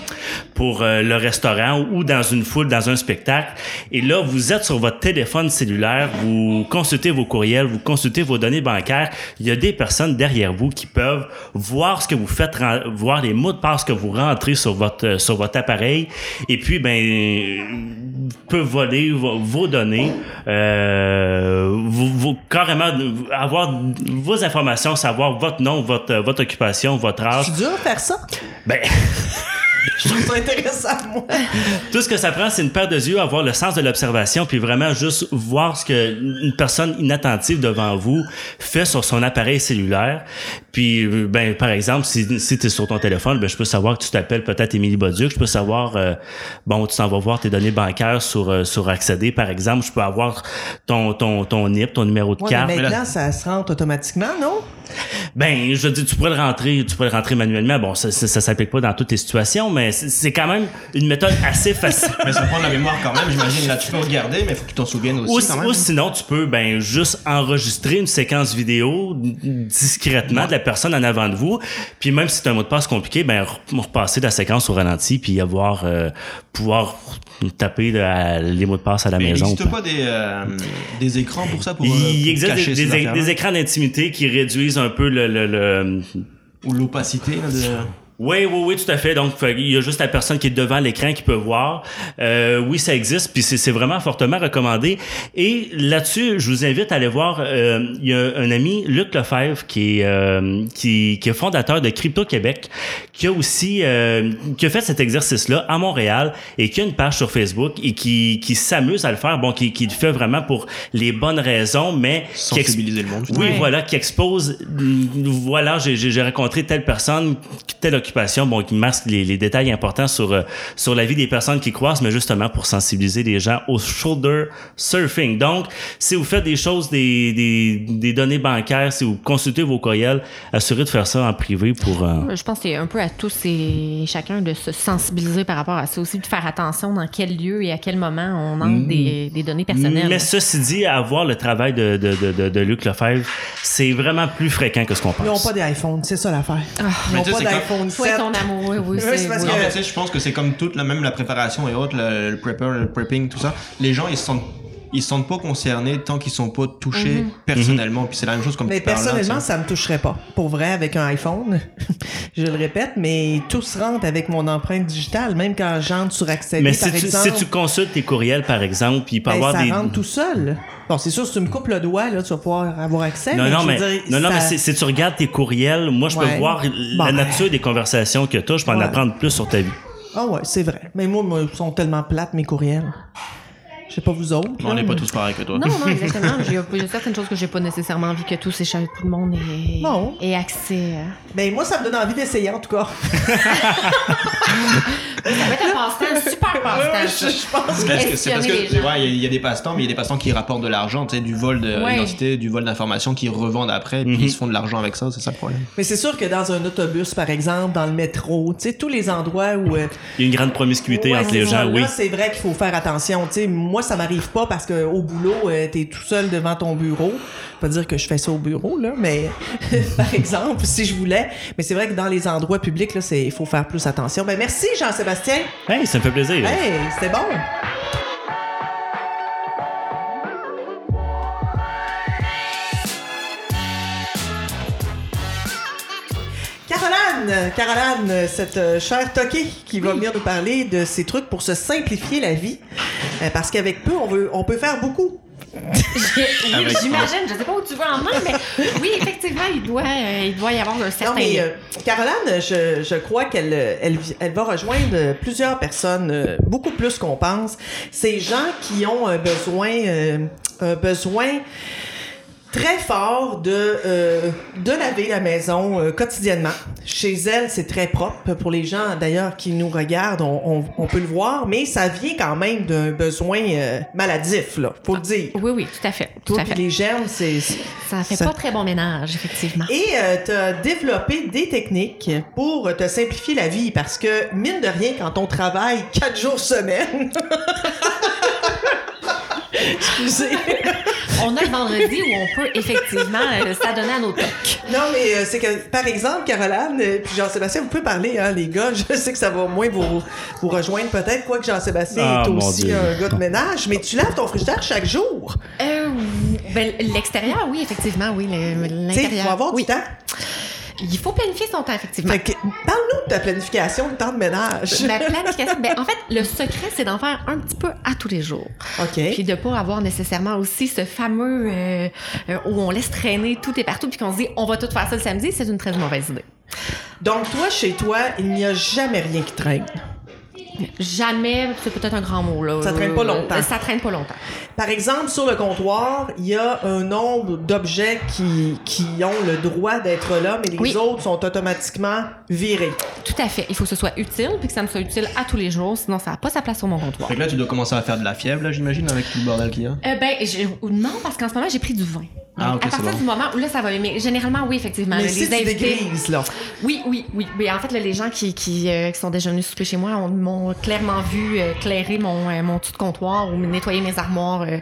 B: pour euh, le restaurant ou dans une foule, dans un spectacle. Et là, vous êtes sur votre téléphone cellulaire, vous consultez vos courriels, vous consultez vos données bancaires. Il y a des personnes derrière vous qui peuvent voir ce que vous faites, ren- voir les mots de passe que vous rentrez sur votre euh, sur votre appareil. Et puis, ben, euh, peut voler vo- vos données, euh, vous, vous- carrément euh, avoir vos informations, savoir votre nom, votre euh, votre occupation, votre
A: Je
B: âge.
A: suis dur à faire ça.
B: Ben.
A: (laughs) Je trouve ça intéressant, moi.
B: Tout ce que ça prend, c'est une paire de yeux, avoir le sens de l'observation, puis vraiment juste voir ce que une personne inattentive devant vous fait sur son appareil cellulaire. Puis, euh, ben, par exemple, si, si tu es sur ton téléphone, ben, je peux savoir que tu t'appelles peut-être Émilie Boduc. Je peux savoir, euh, bon, tu t'en vas voir tes données bancaires sur, euh, sur Accéder, par exemple. Je peux avoir ton, ton, ton NIP, ton numéro de
A: Ouais,
B: carte.
A: mais
D: mais là-
A: maintenant, ça se rentre automatiquement, non?
B: Ben, je veux dire, tu pourrais le rentrer, tu pourrais le rentrer manuellement. Bon, ça, ça, ça s'applique pas dans toutes les situations, mais c'est- c'est quand même une méthode assez facile.
D: Mais ça prend de la mémoire quand même, j'imagine. Là, tu peux regarder, mais faut que tu t'en souviennes aussi.
B: Ou,
D: quand même. hein.
B: ou sinon, tu peux ben juste enregistrer une séquence vidéo discrètement de la personne en avant de vous. Puis même si c'est un mot de passe compliqué, ben re- repasser la séquence au ralenti puis avoir euh, pouvoir taper là, les mots de passe à la
D: Mais il
B: maison.
D: n'existe pas des, euh, des écrans pour ça, pour, euh,
B: Il
D: pour
B: existe
D: cacher
B: des,
D: ces
B: des-
D: affaires-là?
B: des écrans d'intimité qui réduisent un peu le- le- le,
D: Ou l'opacité là, de...
B: Oui, oui, oui, tout à fait. Donc, fait- il y a juste la personne qui est devant l'écran qui peut voir. Euh, oui, ça existe, puis c'est c'est vraiment fortement recommandé. Et là-dessus, je vous invite à aller voir, euh, il y a un ami, Luc Lefebvre, qui est, euh, qui, qui est fondateur de Crypto-Québec, qui a aussi euh, qui a fait cet exercice-là à Montréal et qui a une page sur Facebook et qui, qui s'amuse à le faire, bon, qui, qui le fait vraiment pour les bonnes raisons, mais... qui explique-
D: sensibiliser le monde.
B: oui,
A: Ouais.
B: voilà, qui expose. mm, Voilà, j'ai- j'ai j'ai rencontré telle personne, telle occupation, bon, qui masque les, les détails importants sur euh, sur la vie des personnes qui croisent, mais justement pour sensibiliser les gens au shoulder surfing. Donc, si vous faites des choses, des, des, des données bancaires, si vous consultez vos courriels, assurez de faire ça en privé pour. euh,
C: Je pense que c'est un peu à tous et chacun de se sensibiliser par rapport à ça aussi, de faire attention dans quel lieu et à quel moment on entre des,
A: Mm.
C: des données personnelles.
B: Mais ceci dit, avoir le travail de, de, de, de, de Luc Lefebvre, c'est vraiment plus fréquent que ce qu'on pense.
A: Ils n'ont pas d'iPhone, c'est ça l'affaire. Ils
D: Mais
A: n'ont
D: tu sais,
A: pas
D: c'est quand-
A: d'iPhone
C: Ah. Faut être
A: 7.
C: son amour, oui, oui,
A: Oui,
C: c'est-
A: c'est parce
C: oui.
A: que-
D: Non, mais tu sais, je pense que c'est comme toute la même la préparation et autres, le, le prepper, le prepping, tout ça. Les gens, ils se sentent, ils se sentent pas concernés tant qu'ils sont pas touchés personnellement. Puis c'est la même chose comme
A: Mais
D: tu parles, là,
A: personnellement,
D: tu sais.
A: ça me toucherait pas. Pour vrai, avec un iPhone, (laughs) je le répète, mais tout se rentre avec mon empreinte digitale, même quand j'entre sur Accéder,
B: Mais
A: par
B: si tu,
A: exemple.
B: si tu consultes tes courriels, par exemple, puis il peut
A: ben,
B: avoir
A: ça
B: des,
A: rentre tout seul. Bon, c'est sûr, si tu me coupes le doigt, là, tu vas pouvoir avoir accès.
B: Non, non,
A: je veux
B: mais,
A: dire,
B: non, non,
A: ça-
B: mais si, si tu regardes tes courriels, moi, je
A: Ouais.
B: peux voir
A: Bon,
B: la
A: ben.
B: nature des conversations que tu as. Je peux en
A: Ouais.
B: apprendre plus sur ta vie.
A: Ah ouais, c'est vrai. Mais moi, moi, ils sont tellement plates, mes courriels. Je sais pas vous autres.
D: Mais on
A: là,
D: n'est pas
A: mais-
D: tous pareils que toi.
C: Non, non, exactement. J'ai- Il y a certaines choses que j'ai pas nécessairement envie que tous et chaque tout le monde ait,
A: Non.
C: ait accès. euh.
A: Ben, moi, ça me donne envie d'essayer, en tout cas.
C: Ça va être un passe-temps, super
A: Ouais,
C: passe-temps.
A: ouais, (laughs) je,
C: ça.
A: je pense.
D: C'est (laughs) parce que- c'est parce que
C: Espionner les
D: tu
C: gens.
D: vois, il y a- il y, a des passe-temps, mais il y a des passe-temps qui rapportent de l'argent, tu sais, du vol
C: Ouais.
D: d'identité, du vol d'informations qu'ils revendent après, puis
B: Mhm.
D: ils se font de l'argent avec ça, c'est ça le problème.
A: Mais c'est sûr que dans un autobus, par exemple, dans le métro, tu sais, tous les endroits où. euh,
B: Il y a une grande promiscuité
A: Ouais,
B: entre
A: c'est
B: les
A: ça.
B: gens, oui.
A: Là, c'est vrai qu'il faut faire attention. Tu sais, moi, ça m'arrive pas parce que au boulot, euh, t'es tout seul devant ton bureau. Pas dire que je fais ça au bureau, là, mais (laughs) par exemple, si je voulais. Mais c'est vrai que dans les endroits publics, là, c'est, il faut faire plus attention. Ben, merci, Jean-Sébastien.
B: Hey, ça me fait plaisir.
A: Hey, c'était bon. Caroline, Caroline, cette euh, chère toquée qui va venir nous parler de ces trucs pour se simplifier la vie, Euh, parce qu'avec peu, on, veut, on peut faire beaucoup.
C: Oui,
D: Avec-
C: (laughs) j'imagine. Je sais pas où tu vas en main, mais oui, effectivement, il doit, euh, il doit y avoir un certain.
A: Non, mais euh, Caroline, je, je crois qu'elle euh, elle, vi- elle va rejoindre euh, plusieurs personnes, euh, beaucoup plus qu'on pense. Ces gens qui ont un besoin, euh, un besoin très fort de, euh, de laver la maison euh, quotidiennement. Chez elle, c'est très propre. Pour les gens, d'ailleurs, qui nous regardent, on, on- on peut le voir, mais ça vient quand même d'un besoin euh, maladif, là, faut le dire.
C: Oui, oui, tout à fait. Ah, Tout
A: Toi,
C: à
A: puis
C: fait.
A: les germes, c'est... c'est-
C: Ça fait
A: ça-
C: pas très bon ménage, effectivement.
A: et tu as développé des techniques pour te simplifier la vie parce que, mine de rien, quand on travaille quatre jours semaine. (laughs) Excusez.
C: On a le vendredi où on peut effectivement euh, s'adonner à nos tocs.
A: Non, mais euh, c'est que, par exemple, Caroline, euh, puis Jean-Sébastien, vous pouvez parler, hein, les gars. Je sais que ça va moins vous, vous rejoindre peut-être, quoique Jean-Sébastien
B: Ah,
A: est
B: mon
A: aussi
B: Dieu.
A: un gars de ménage, mais tu laves ton frigidaire chaque jour.
C: Euh, ben, l'extérieur, oui, effectivement, oui. le-
A: Tu sais,
C: L'intérieur.
A: pour avoir
C: oui.
A: du temps.
C: Il faut planifier son temps, effectivement.
A: Fait que, parle-nous de ta planification de temps de ménage.
C: La planification. ben, en fait, le secret, c'est d'en faire un petit peu à tous les jours.
A: OK.
C: Puis de pas avoir nécessairement aussi ce fameux euh, euh, où on laisse traîner tout et partout, puis qu'on se dit on va tout faire ça le samedi, c'est une très mauvaise idée.
A: Donc, toi, chez toi, il n'y a jamais rien qui traîne.
C: Jamais, c'est peut-être un grand mot là. Euh,
A: Ça traîne pas longtemps.
C: Ça traîne pas longtemps.
A: Par exemple, sur le comptoir, il y a un nombre d'objets qui, qui ont le droit d'être là, mais les
C: Oui.
A: autres sont automatiquement virés.
C: Tout à fait. Il faut que ce soit utile, puis que ça me soit utile à tous les jours, sinon ça n'a pas sa place sur mon comptoir.
D: Fait que là, tu dois commencer à faire de la fièvre, là, j'imagine, avec tout le bordel qu'il y a.
C: Euh, ben, je- ou non, parce qu'en ce moment, j'ai pris du vin.
D: Ah,
C: Donc,
D: ok,
C: à
D: c'est
C: partir
D: bon.
C: du moment où là, ça va aimer. Généralement, oui, effectivement.
A: mais
C: là,
A: si tu dégrises, là.
C: Oui, oui, oui. Mais en fait, là, les gens qui, qui, euh, qui sont déjà venus souper chez moi on- m'ont clairement vu euh, clairer mon, euh, mon tout de comptoir ou nettoyer mes armoires euh,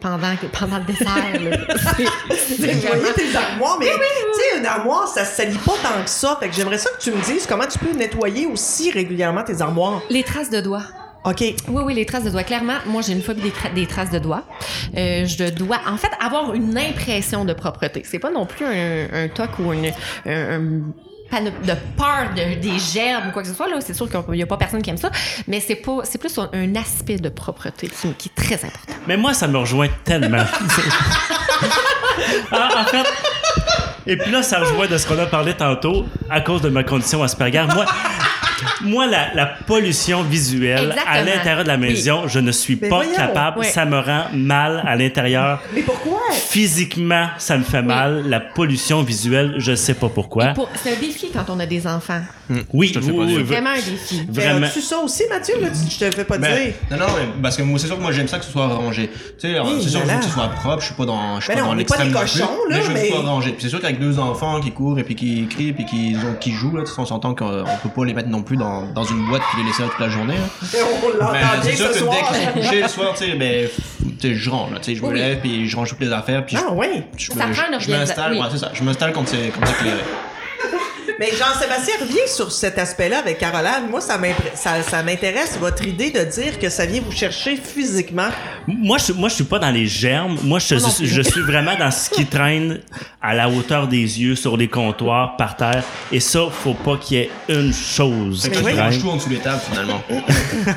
C: pendant, que- pendant le dessert. là. (laughs) C'est- c'est
A: Nettoyer
C: vraiment-
A: tes armoires, mais tu sais, une armoire, ça se salit pas tant que ça. Fait que j'aimerais ça que tu me dises comment tu peux nettoyer aussi régulièrement tes armoires.
C: Les traces de doigts.
A: OK.
C: Oui, oui, les traces de doigts. Clairement, moi, j'ai une phobie des, cra- des traces de doigts. Euh, je dois, en fait, avoir une impression de propreté. C'est pas non plus un, un toc ou une, un, un panop- de peur de- des germes ou quoi que ce soit. Là, c'est sûr qu'il n'y a pas personne qui aime ça, mais c'est pas, c'est plus un, un aspect de propreté qui, qui est très important.
B: Mais moi, ça me rejoint
A: (laughs)
B: tellement. Ah, en fait. Et puis là, ça rejoint de ce qu'on a parlé tantôt à cause de ma condition Asperger. Moi, moi la, la pollution visuelle à
C: Exactement.
B: l'intérieur de la
C: Oui.
B: maison, je ne suis
A: Mais
B: pas
A: voyons.
B: capable.
C: Ouais.
B: Ça me rend mal à l'intérieur.
A: Mais pourquoi?
B: Physiquement, ça me fait mal. La pollution visuelle, je sais pas pourquoi.
C: Et pour- c'est un défi quand on a des enfants.
D: Mm.
B: Oui,
D: Je te le fais
B: oui,
D: pas
B: oui,
D: dire.
B: oui.
C: Vraiment un défi.
B: Vraiment.
A: tu ça aussi, Mathieu? Là, tu- je te fais pas
D: Ben,
A: dire. (laughs)
D: non, non, mais parce que moi, c'est sûr que moi, j'aime ça que ce soit rangé. Tu sais,
A: Oui,
D: c'est sûr que je
A: voilà.
D: veux que ce soit propre, je suis pas dans, je suis
A: Ben
D: pas
A: non,
D: dans
A: on est pas des
D: l'extrême. non plus,
A: cochons, là,
D: mais je veux que
A: mais-
D: ce soit rangé. Puis c'est sûr qu'avec deux enfants qui courent et puis qui crient et puis qui, ont, qui jouent, là, tu sais, on s'entend qu'on on peut pas les mettre non plus dans, dans une boîte puis les laisser là toute la journée. là.
A: On l'entend
D: Ben,
A: bien
D: c'est sûr
A: ce
D: que dès
A: soir.
D: que je suis couché le soir, tu sais, ben, tu sais, je range, là, tu sais, je me
C: Oui.
D: lève puis je range toutes les affaires puis je-
A: Ah oui.
D: je,
C: Ça
D: me-
C: prend une
D: je m'installe,
C: organisation,
D: ouais, c'est ça, je m'installe quand c'est quand c'est éclairé.
A: Mais Jean-Sébastien, reviens sur cet aspect-là avec Caroline. Moi, ça m'impré- ça- ça m'intéresse votre idée de dire que ça vient vous chercher physiquement.
B: Moi, je, moi, je suis pas dans les germes. Moi, je,
C: non
B: je,
C: plus.
B: suis vraiment dans ce qui traîne à la hauteur des yeux, sur les comptoirs, par terre. Et ça, faut pas qu'il y ait une chose
D: Fait que
B: qui
D: là, je range
B: traîne.
D: tout en dessous des tables finalement.
C: ben,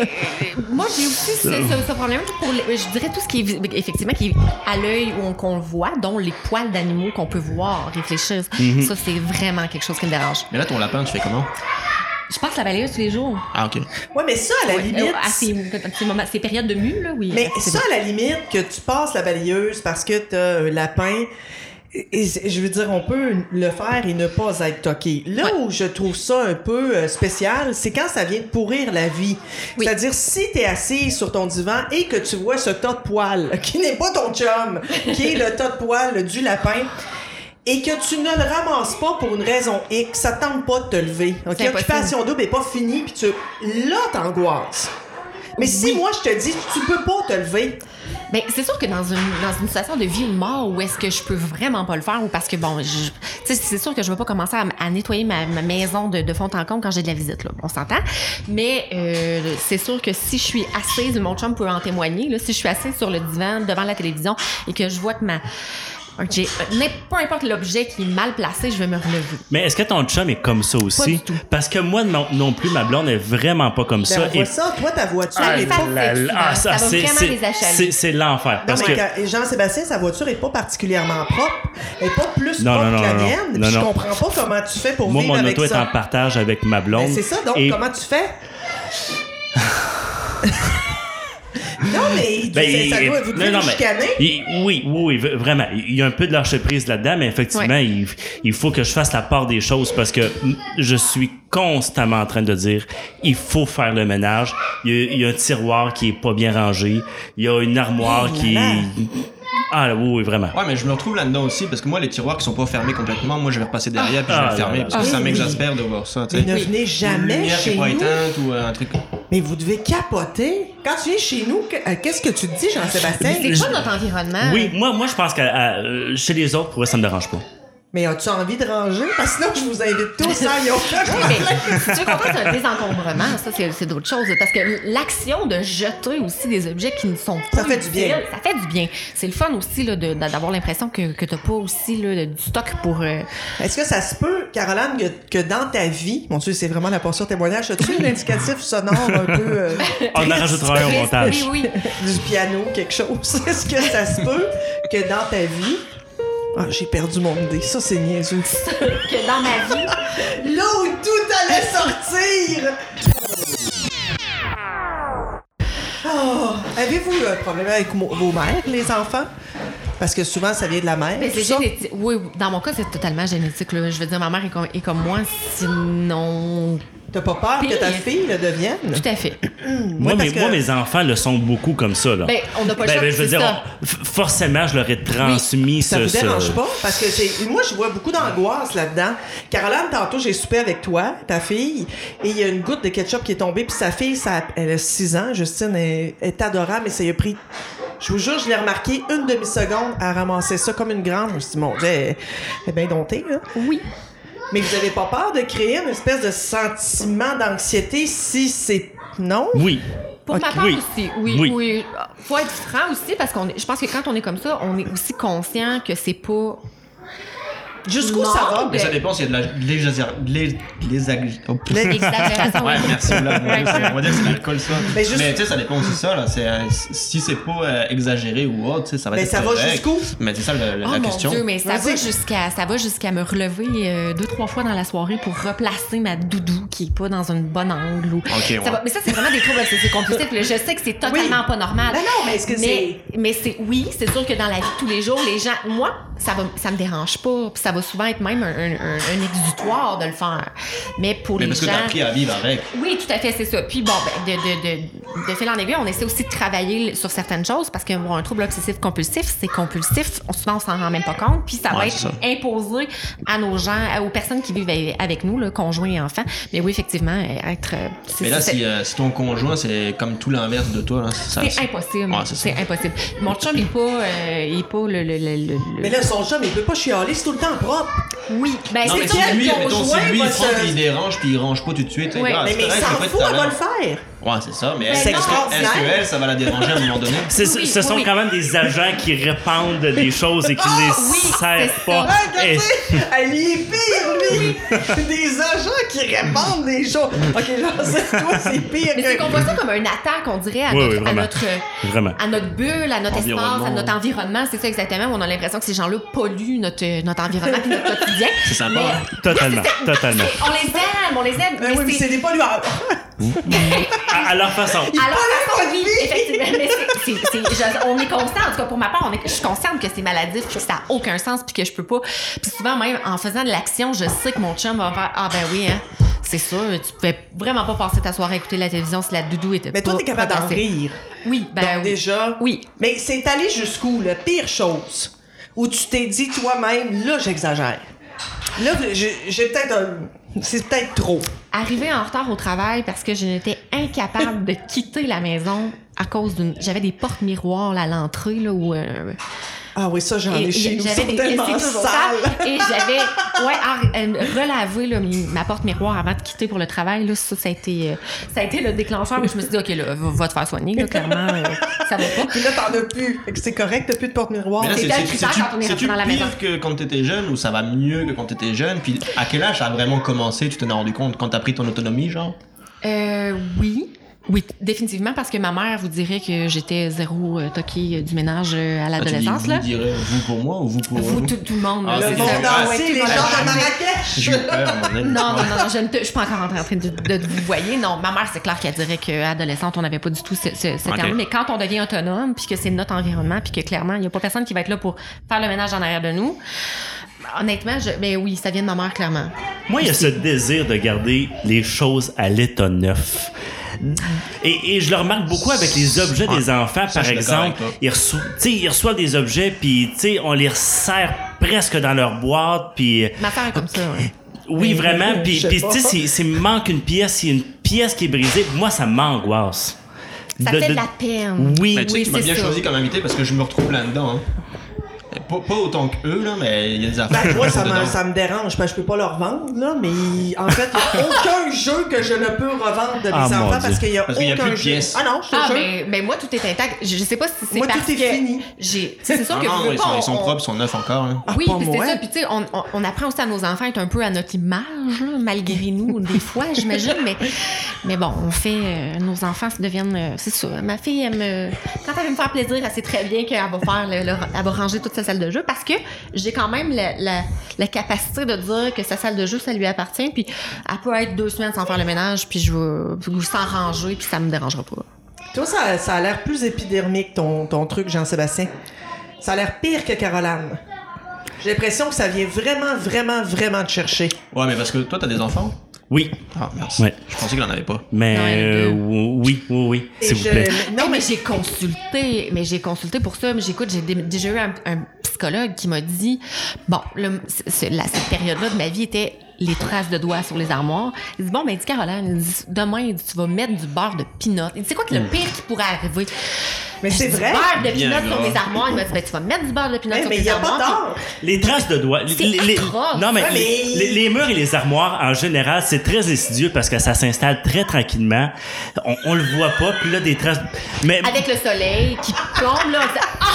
C: euh, moi, j'ai aussi ce, ce- ce problème pour, les- je dirais, tout ce qui est, vis- effectivement, qui est à l'œil ou on- qu'on le voit, dont les poils d'animaux
A: Mhm.
C: qu'on peut voir, réfléchir. Ça, c'est vraiment quelque chose qui me dérange.
D: Mais là, ton lapin, tu fais comment
C: Je passe la balayeuse tous les jours.
D: Ah, ok.
A: Ouais, mais ça, à la
C: Ouais,
A: limite.
C: euh, à ces, à ces moments- ces périodes de mue, là, oui.
A: Mais
C: c'est
A: ça, à la limite, que tu passes la balayeuse parce que t'as un lapin, et c'est- je veux dire, on peut le faire et ne pas être toqué. Là où je trouve ça un peu euh, spécial, c'est quand ça vient de pourrir la vie.
C: Oui.
A: C'est-à-dire, si t'es assis sur ton divan et que tu vois ce tas de poils, (laughs) qui n'est pas ton chum, qui est le tas de poils du lapin, et que tu ne le ramasses pas pour une raison X, ça te tente pas de te lever. OK?
C: C'est impossible.
A: Occupation double est pas finie, puis tu... là, t'angoisses. Mais si moi je te dis tu peux pas te lever,
C: Ben, c'est sûr que dans une, dans une situation de vie ou de mort où est-ce que je peux vraiment pas le faire ou parce que bon, je- tu sais, c'est sûr que je vais pas commencer à, m- à nettoyer ma, ma maison de, de fond en comble quand j'ai de la visite, là. On s'entend. Mais euh, c'est sûr que si je suis assise, mon chum peut en témoigner, là, si je suis assise sur le divan devant la télévision et que je vois que ma. un- j'ai- n'im- peu importe l'objet qui est mal placé, je vais me relever.
B: Mais est-ce que ton chum est comme ça
C: Pas du
B: aussi?
C: tout.
B: Parce que moi, non, non plus, ma blonde est vraiment pas comme
A: ben,
B: ça.
A: on voit ça, toi ta voiture
C: Ah,
A: est
C: les
A: pas.
C: femmes-
B: là,
C: fait
B: là,
C: souvent. Ça va
B: c'est-
C: vraiment
B: c'est-
C: les achaler.
B: c'est- C'est l'enfer.
A: Non,
B: Parce
A: mais
B: que.
A: quand- Jean-Sébastien, sa voiture est pas particulièrement propre, elle est pas plus
B: Non,
A: propre
B: non,
A: que la
B: non, non,
A: mienne.
B: non,
A: puis je
B: non.
A: comprends pas comment tu fais pour
B: Moi,
A: vivre
B: mon
A: avec
B: auto est en
A: ça.
B: partage avec ma blonde.
A: Ben, c'est ça, donc
B: et-
A: comment tu
B: (laughs)
A: fais Non mais tu
B: Ben,
A: sais, ça
B: il-
A: doit vous
B: non,
A: devez
B: non,
A: vous
B: mais-
A: chicaner.
B: il- oui, oui, oui, v- vraiment. Il y a un peu de lâcher prise là-dedans, mais effectivement,
C: Ouais.
B: il, il faut que je fasse la part des choses parce que mm, je suis constamment en train de dire il faut faire le ménage. Il y a, il y a un tiroir qui est pas bien rangé. Il y a une armoire
A: Oh là
B: qui.
A: là.
B: Ah oui, oui, vraiment.
D: Ouais, mais je me retrouve là-dedans aussi parce que moi, les tiroirs qui sont pas fermés complètement, moi, je vais repasser derrière puis je vais
B: Ah,
D: le
B: là,
D: fermer
B: là.
D: parce que
A: Ah,
D: ça
A: oui.
D: m'exaspère de voir ça. tu
A: Mais
D: sais.
A: ne venez
D: Une
A: jamais
D: lumière qui est
A: chez nous.
D: pas éteinte ou euh, un truc.
A: Mais vous devez capoter. Quand tu viens chez nous, que- euh, qu'est-ce que tu te dis, Jean-Sébastien
C: C'est pas notre environnement.
B: Oui, moi, moi, je pense que euh, chez les autres, pour eux, ça me dérange pas.
A: Mais as-tu envie de ranger Parce que sinon, je vous invite tous. Hein, (laughs) y a aucun
C: (laughs) Mais
A: problème.
C: si tu es content, c'est un désencombrement. Ça, c'est c'est d'autres choses. Parce que l'action de jeter aussi des objets qui ne sont pas.
A: Ça fait du bien.
C: utiles, Ça fait du bien. C'est le fun aussi là, de- d'avoir l'impression que, que tu pas aussi là, du stock pour. euh,
A: Est-ce que ça se peut, Caroline, que, que dans ta vie, mon Dieu, c'est vraiment la portion témoignage, as-tu un indicatif sonore un peu (laughs) euh,
B: On en rajoutera un au montage.
C: Oui, oui.
A: du piano, quelque chose? (laughs) Est-ce que ça se peut que dans ta vie... Ah, j'ai perdu mon idée. Ça, c'est niaiseux.
C: Que dans ma vie.
A: (laughs) Là où tout allait sortir! Oh, Avez-vous un problème avec mo- vos mères, les enfants? Parce que souvent, ça vient de la mère.
C: Mais c'est
A: tout ça.
C: génétique. Oui, oui. dans mon cas, c'est totalement génétique. là. Je veux dire, ma mère est comme, est comme moi, sinon.
A: T'as pas peur que ta
C: Pire.
A: fille le devienne?
C: Tout à fait.
B: Moi,
A: Oui, parce
B: mes, moi,
A: que-
B: mes enfants le sont beaucoup comme ça. Là.
C: Ben, on n'a pas le
B: Ben,
C: choix.
B: ben, je veux
C: c'est
B: dire,
C: ça.
B: on- f- forcément, je leur ai transmis ce.
A: Ça vous
B: ce-
A: dérange pas? Parce que c'est, moi, je vois beaucoup d'angoisse là-dedans. Caroline, tantôt, j'ai soupé avec toi, ta fille, et il y a une goutte de ketchup qui est tombée, puis sa fille, ça, elle a 6 ans, Justine, est, est adorable, mais ça y a pris, je vous jure, je l'ai remarqué une demi-seconde à ramasser ça comme une grande. Je me suis dit, mon Dieu, elle elle est bien domptée, là.
C: Oui.
A: Mais vous avez pas peur de créer une espèce de sentiment d'anxiété si c'est, non?
B: Oui.
C: Pour ma
B: Ok.
C: part
B: Oui.
C: aussi, oui,
B: Oui.
C: oui. Faut être franc aussi parce qu'on, est- je pense que quand on est comme ça, on est aussi conscient que c'est pas.
A: Jusqu'où
C: Non,
A: ça va?
D: Mais ça dépend s'il y a de la. Les. Les. Les. ag- Oh, putain.
C: L'exagération.
D: Ouais, merci. là, mon Dieu, c'est- on va dire que c'est de l'alcool, ça.
A: Mais juste-
D: Mais tu sais, ça dépend aussi de ça. Là. C'est, euh, si c'est pas euh, exagéré ou autre, tu sais, ça va
A: Mais
D: être.
A: ça va
D: correct.
A: jusqu'où?
D: Mais c'est ça le- le-
C: Oh
D: la
C: mon
D: question.
C: Dieu, mais ça
A: Vas-y.
C: va jusqu'à ça va jusqu'à me relever euh, deux trois fois dans la soirée pour replacer ma doudou qui est pas dans une bonne angle ou.
D: Ok, ouais.
C: Ça va- mais ça c'est vraiment des troubles obsessifs compulsifs. là. Je sais que c'est totalement pas normal.
A: Ben non, mais est-ce que c'est...
C: mais, mais c'est oui, c'est sûr que dans la vie de tous les jours, les gens, moi, ça va, ça me dérange pas, puis ça va souvent être même un, un, un- un exutoire de le faire. Mais pour
D: Mais
C: les
D: parce que
C: gens,
D: t'as appris à vivre avec.
C: Oui, tout à fait, c'est ça. Puis bon, ben, de, de, de, de fil en aiguille, on essaie aussi de travailler sur certaines choses parce que bon, un trouble obsessif compulsif, c'est compulsif. On- Souvent, on s'en rend même pas compte. Puis ça va
D: Ouais,
C: être
D: c'est ça.
C: imposé à nos gens, à- aux personnes qui vivent a- avec nous, le conjoint et enfants. Mais oui, effectivement, euh, être. euh, c'est-
D: Mais là,
C: c'est-
D: si, euh, si ton conjoint, c'est comme tout l'inverse de toi. Là, ça,
C: c'est impossible.
D: Ouais, c'est ça.
C: c'est impossible. Mon chum, il est pas, euh, il est pas le, le, le, le- le-
A: Mais là, son chum, il peut pas chialer, c'est tout le temps propre.
C: oui. Ben,
D: Non,
C: c'est
D: mais
C: sûr
D: si
C: que
D: lui,
C: le
D: mettons,
A: conjoint
D: si lui, il
A: va
D: prend
A: se-
D: puis il dérange puis il range pas tout de suite.
C: Ouais.
D: regarde,
A: Mais,
D: c'est
A: mais il
D: correct,
A: s'en
D: t'as fait
A: fout,
D: ta
A: elle va
D: mère.
A: le faire.
D: Ouais, c'est ça. Mais est-ce
C: C'est
D: que-
A: extraordinaire.
D: est-ce que elle, ça va la déranger à un
C: (laughs)
D: moment donné?
B: C'est-
C: Oui,
B: ce
C: oui,
B: sont
C: oui.
B: quand même des agents qui répandent des choses et qui
C: (laughs) Ah,
B: les
C: oui,
B: servent
C: c'est
B: pas.
C: ça.
A: Ah,
B: Et-
A: regardez, elle y est pire, lui! des agents qui répandent des choses. Ok, genre, c'est toi, c'est pire
C: Mais c'est qu'on
A: que.
C: voit ça comme une attaque, on dirait, à,
B: Oui,
C: notre,
B: oui,
C: à,
B: vraiment.
C: notre, euh,
B: Vraiment.
C: à notre bulle, à notre espace,
D: Environnement.
C: à notre environnement. C'est ça exactement. On a l'impression que ces gens-là polluent notre, euh, notre environnement et notre quotidien.
D: C'est sympa.
C: Mais-
D: hein?
C: (laughs)
B: Totalement. Totalement.
C: On les aime, on les aime.
A: Ben oui, mais c'est des pollueurs.
B: À, à leur façon.
C: Alors,
A: polluent notre
C: par contre, oui,
A: vie.
C: effectivement, mais c'est- c'est- c'est- je- on est constant, en tout cas pour ma part, on est- je suis consciente que c'est maladif, puis que ça n'a aucun sens, puis que je peux pas. Puis souvent, même en faisant de l'action, je sais que mon chum va faire Ah ben oui, hein, c'est sûr, tu pouvais vraiment pas passer ta soirée à écouter la télévision si la doudou était
A: Mais toi,
C: pas
A: t'es capable d'en
C: repassée.
A: rire.
C: Oui, ben
A: Donc,
C: oui.
A: déjà.
C: Oui.
A: Mais c'est allé jusqu'où, la pire chose, où tu t'es dit toi-même, là, j'exagère. Là, j'ai j'ai peut-être un- C'est peut-être trop.
C: Arrivée en retard au travail parce que je n'étais incapable de quitter la maison à cause d'une. J'avais des portes miroirs là, à l'entrée, là, où. euh,
A: Ah oui, ça, j'en
C: Et-
A: ai
C: et
A: chez nous. Ils sont
C: des- et
A: tellement
C: c'est toujours ça.
A: sales.
C: (laughs) Et j'avais ouais, à- euh, relavé là, mes- ma porte miroir avant de quitter pour le travail. Là, ça, ça, a été, euh, ça a été le déclencheur où je me suis dit, OK, là, va, va te faire soigner. Là, clairement, euh, ça va pas.
A: (laughs) Puis là, t'en as plus. Fait que C'est correct, t'as plus de porte-miroir.
D: Mais là,
C: C'est
D: c'est-
C: bien
D: c'est-
C: plus tard
D: c'est-tu-
C: quand on est rentré
D: C'est-tu
C: dans la maison.
D: pire que quand t'étais jeune ou ça va mieux que quand t'étais jeune? Puis à quel âge ça a vraiment commencé? Tu t'en as rendu compte quand t'as pris ton autonomie, genre?
C: Euh, oui. Oui, définitivement, parce que ma mère vous dirait que j'étais zéro euh, toquée euh, du ménage euh, à
D: Ah, tu dis-
C: l'adolescence.
D: Vous
C: là.
D: direz vous pour moi ou vous pour
C: Vous,
D: nous?
C: tout, tout le monde.
D: Ah,
C: là,
A: Le
D: c'est
C: c'est
A: monde
D: ça.
C: ça.
A: entier,
C: Tout
A: les
C: le
A: gens
C: monde
A: de
C: entier.
D: (laughs) J'ai eu
A: Marrakech.
D: peur, à un moment donné.
C: Non, non, non, je ne te- je suis pas encore en train de, de te vous voyez. Non, ma mère, c'est clair qu'elle dirait qu'adolescente, on n'avait pas du tout ce, ce, ce
D: Ok.
C: terme. Mais quand on devient autonome, puis que c'est notre environnement, puis que clairement, il n'y a pas personne qui va être là pour faire le ménage en arrière de nous, honnêtement, je, ben oui, ça vient de ma mère, clairement.
B: Moi, il y a ce désir de garder les choses à l'état neuf. Et, et je le remarque beaucoup avec les objets des enfants,
D: Ça,
B: par
D: je suis d'accord
B: exemple.
D: avec toi.
B: Ils, reço- tu sais, ils reçoivent des objets, puis tu sais, on les resserre presque dans leur boîte, puis... euh,
C: Ma sœur est comme ça. hein. ouais.
B: Oui,
A: Mais,
B: vraiment.
A: euh,
B: Puis,
A: je sais
B: puis,
A: pas.
B: tu sais, s'il- s'il me manque une pièce, s'il y a une pièce qui est brisée, moi, ça m'angoisse.
C: Ça fait de la peine.
B: Oui,
D: Mais tu sais,
C: Oui,
D: tu m'as
C: c'est
D: bien
C: ça.
D: choisi comme invité parce que je me retrouve là-dedans. hein. Pas, pas autant que eux, là, mais il y a des affaires.
A: Ben,
D: qui
A: moi,
D: sont
A: ça me,
D: dedans.
A: ça me dérange parce que je peux pas leur vendre, là, mais en fait, il n'y a aucun jeu que je ne peux revendre de mes
B: Ah, mon
A: enfants
B: Dieu.
A: parce qu'il n'y a
D: Parce qu'il y a
A: aucun
D: plus de
A: jeu.
D: pièces.
A: Ah non, je te
C: Ah,
A: jure.
C: mais, mais moi, tout est intact. Je, je sais pas si c'est
A: Moi, tout
C: parce
A: est
C: que
A: fini.
C: j'ai. C'est sûr
D: Non,
C: que
D: Ah non,
C: je veux
D: ils,
C: pas,
D: sont,
C: on-
D: ils sont
C: on-
D: propres, ils sont neufs encore. hein.
A: Ah,
C: Oui,
A: pas
C: puis c'est
A: moi.
C: ça. Puis tu sais, on, on- on apprend aussi à nos enfants à être un peu à notre image, là, malgré nous,
A: (laughs)
C: des fois, j'imagine. Mais, mais bon, on fait. euh, nos enfants se deviennent. euh, c'est ça. Ma fille, elle me, quand elle veut me faire plaisir, elle sait très bien qu'elle va faire. le- le- elle va ranger toute sa salle de jeu parce que j'ai quand même la, la- la capacité de dire que sa salle de jeu, ça lui appartient. Puis elle peut être deux semaines sans faire le ménage, puis je vais ou sans ranger, puis ça me dérangera pas.
A: Toi, ça, ça a l'air plus épidermique, ton, ton truc, Jean-Sébastien. Ça a l'air pire que Caroline. J'ai l'impression que ça vient vraiment, vraiment, vraiment te chercher.
D: Ouais, mais parce que toi, t'as des enfants?
B: Oui,
D: Ah, merci.
B: Ouais.
D: Je pensais qu'il en avait pas.
B: mais
C: Non, il y en a deux.
B: euh, oui, oui, oui,
A: Et
B: s'il vous
A: je-
B: plaît.
A: Non, mais
C: j'ai consulté, mais j'ai consulté pour ça. Mais j'écoute, j'ai dé- déjà eu un, un psychologue qui m'a dit, bon, le- c'est- c'est- la- cette période-là de ma vie était les traces de doigts sur les armoires. Il dit, bon, ben, il dit, Caroline, il dit, demain, il dit, tu vas mettre du beurre de pinot. Il dit, c'est quoi que le pire qui pourrait arriver?
A: Mais c'est
C: Du
A: vrai.
C: beurre de
D: Bien
C: pinot sur
D: gras.
C: les armoires. Il m'a dit, ben, tu vas mettre du beurre de pinot
A: Hey,
C: sur
A: mais il
C: tes
A: n'y a pas
C: armoires. puis-
A: tort.
B: Les traces de doigts.
C: C'est
B: les- les-
C: atroce.
B: Non, mais,
A: Ouais, mais-
B: Les, les- les murs et les armoires, en général, c'est très insidieux parce que ça s'installe très tranquillement. On, on le voit pas, puis là, des traces. Mais,
C: Avec le soleil qui tombe, là, on dit, ah!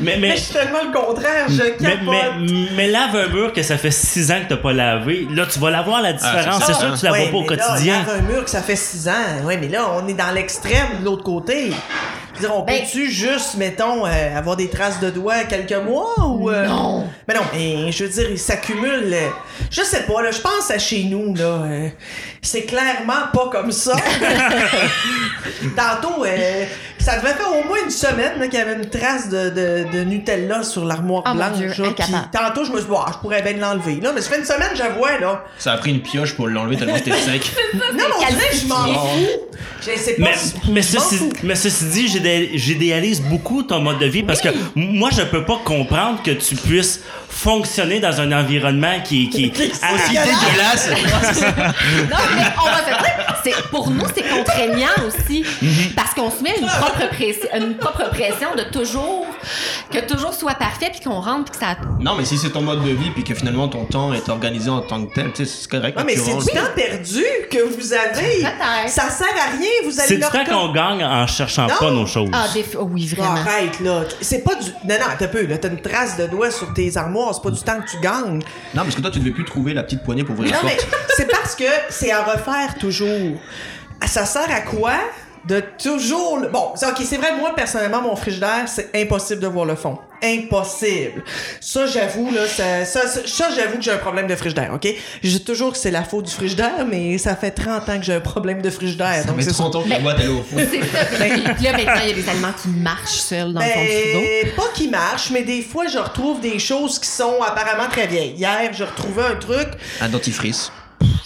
B: mais,
A: Mais
B: mais,
A: je suis tellement le contraire, je capote.
B: mais, mais- mais lave un mur que ça fait six ans que t'as pas lavé. Là, tu vas la voir, la
C: Ah,
B: différence.
D: c'est
B: c'est
D: ça.
B: sûr que tu la
A: Ouais,
B: vois pas au
A: mais là,
B: quotidien.
A: lave un mur que ça fait six ans. Oui, mais là, on est dans l'extrême de l'autre côté. Je veux dire, on
C: Ben-
A: peut-tu juste, mettons, euh, avoir des traces de doigts quelques mois ou... euh,
C: Non.
A: Mais non, mais je veux dire, ils s'accumulent. euh, Je sais pas, là, je pense à chez nous, là. euh, c'est clairement pas comme
B: (laughs)
A: ça. Tantôt, euh, ça devait faire au moins une semaine là, qu'il y avait une trace de, de- de Nutella sur l'armoire
C: Ah, mon
A: blanche.
C: Dieu,
A: là, puis
C: incapable.
A: tantôt, je me suis dit, Ah, je pourrais bien l'enlever. Là, mais ça fait une semaine, j'avoue, là.
D: Ça a pris une pioche pour l'enlever tellement
A: (laughs)
D: c'était sec.
A: Non, mais on dirait que je m'en
D: Calme.
A: fous. Je sais pas.
B: Mais,
A: si-
B: mais,
A: je m'en
B: ceci,
A: fous.
B: mais ceci dit, j'idé- j'idéalise beaucoup ton mode de vie parce que moi, je peux pas comprendre que tu puisses fonctionner dans un environnement qui,
A: (laughs)
B: qui Ah,
D: Aussi dégueulasse!
A: Mhm.
C: Non, mais on va se dire, c'est, pour nous, c'est contraignant aussi. Parce qu'on se met une propre, pression, une propre pression de toujours, que toujours soit parfait, puis qu'on rentre, puis que ça.
D: Non, mais si c'est ton mode de vie, puis que finalement ton temps est organisé en tant que tel, tu sais, c'est correct.
A: Ouais, mais
D: tu
A: c'est
D: rentres-
A: du temps perdu que vous avez.
C: Peut-être.
A: Ça sert à rien, vous allez
B: C'est du
A: leur
B: temps qu'on gagne en cherchant pas
A: Non.
B: nos choses.
C: Ah, des... oh oui,
A: Non,
C: vraiment.
A: arrête, là. C'est pas du. Non, non, t'as peu, là. T'as une trace de doigt sur tes armoires. C'est pas du temps que tu gagnes.
D: Non, parce que toi, tu devais plus trouver la petite poignée pour ouvrir la
A: Non, mais
D: porte.
A: c'est parce que c'est à refaire toujours. Ça sert à quoi de toujours. le- Bon, c'est- OK, c'est vrai, moi, personnellement, mon frigidaire, c'est impossible de voir le fond. Impossible. Ça, j'avoue, là, ça, ça, ça- ça, j'avoue que j'ai un problème de frigidaire, OK? Je dis toujours que c'est la faute du frigidaire, mais ça fait 30 ans que j'ai un problème de frigidaire.
D: Ça
A: donc,
D: fait
A: c'est
D: 30 ans que la
C: Mais-
D: boîte elle est au
A: (laughs)
D: fond.
C: C'est ça. Puis là, maintenant, il y a des aliments qui marchent seuls dans le fond du frigo.
A: Ben, pas qui marche, mais des fois, je retrouve des choses qui sont apparemment très vieilles. Hier, je retrouvais un truc,
D: Un dentifrice.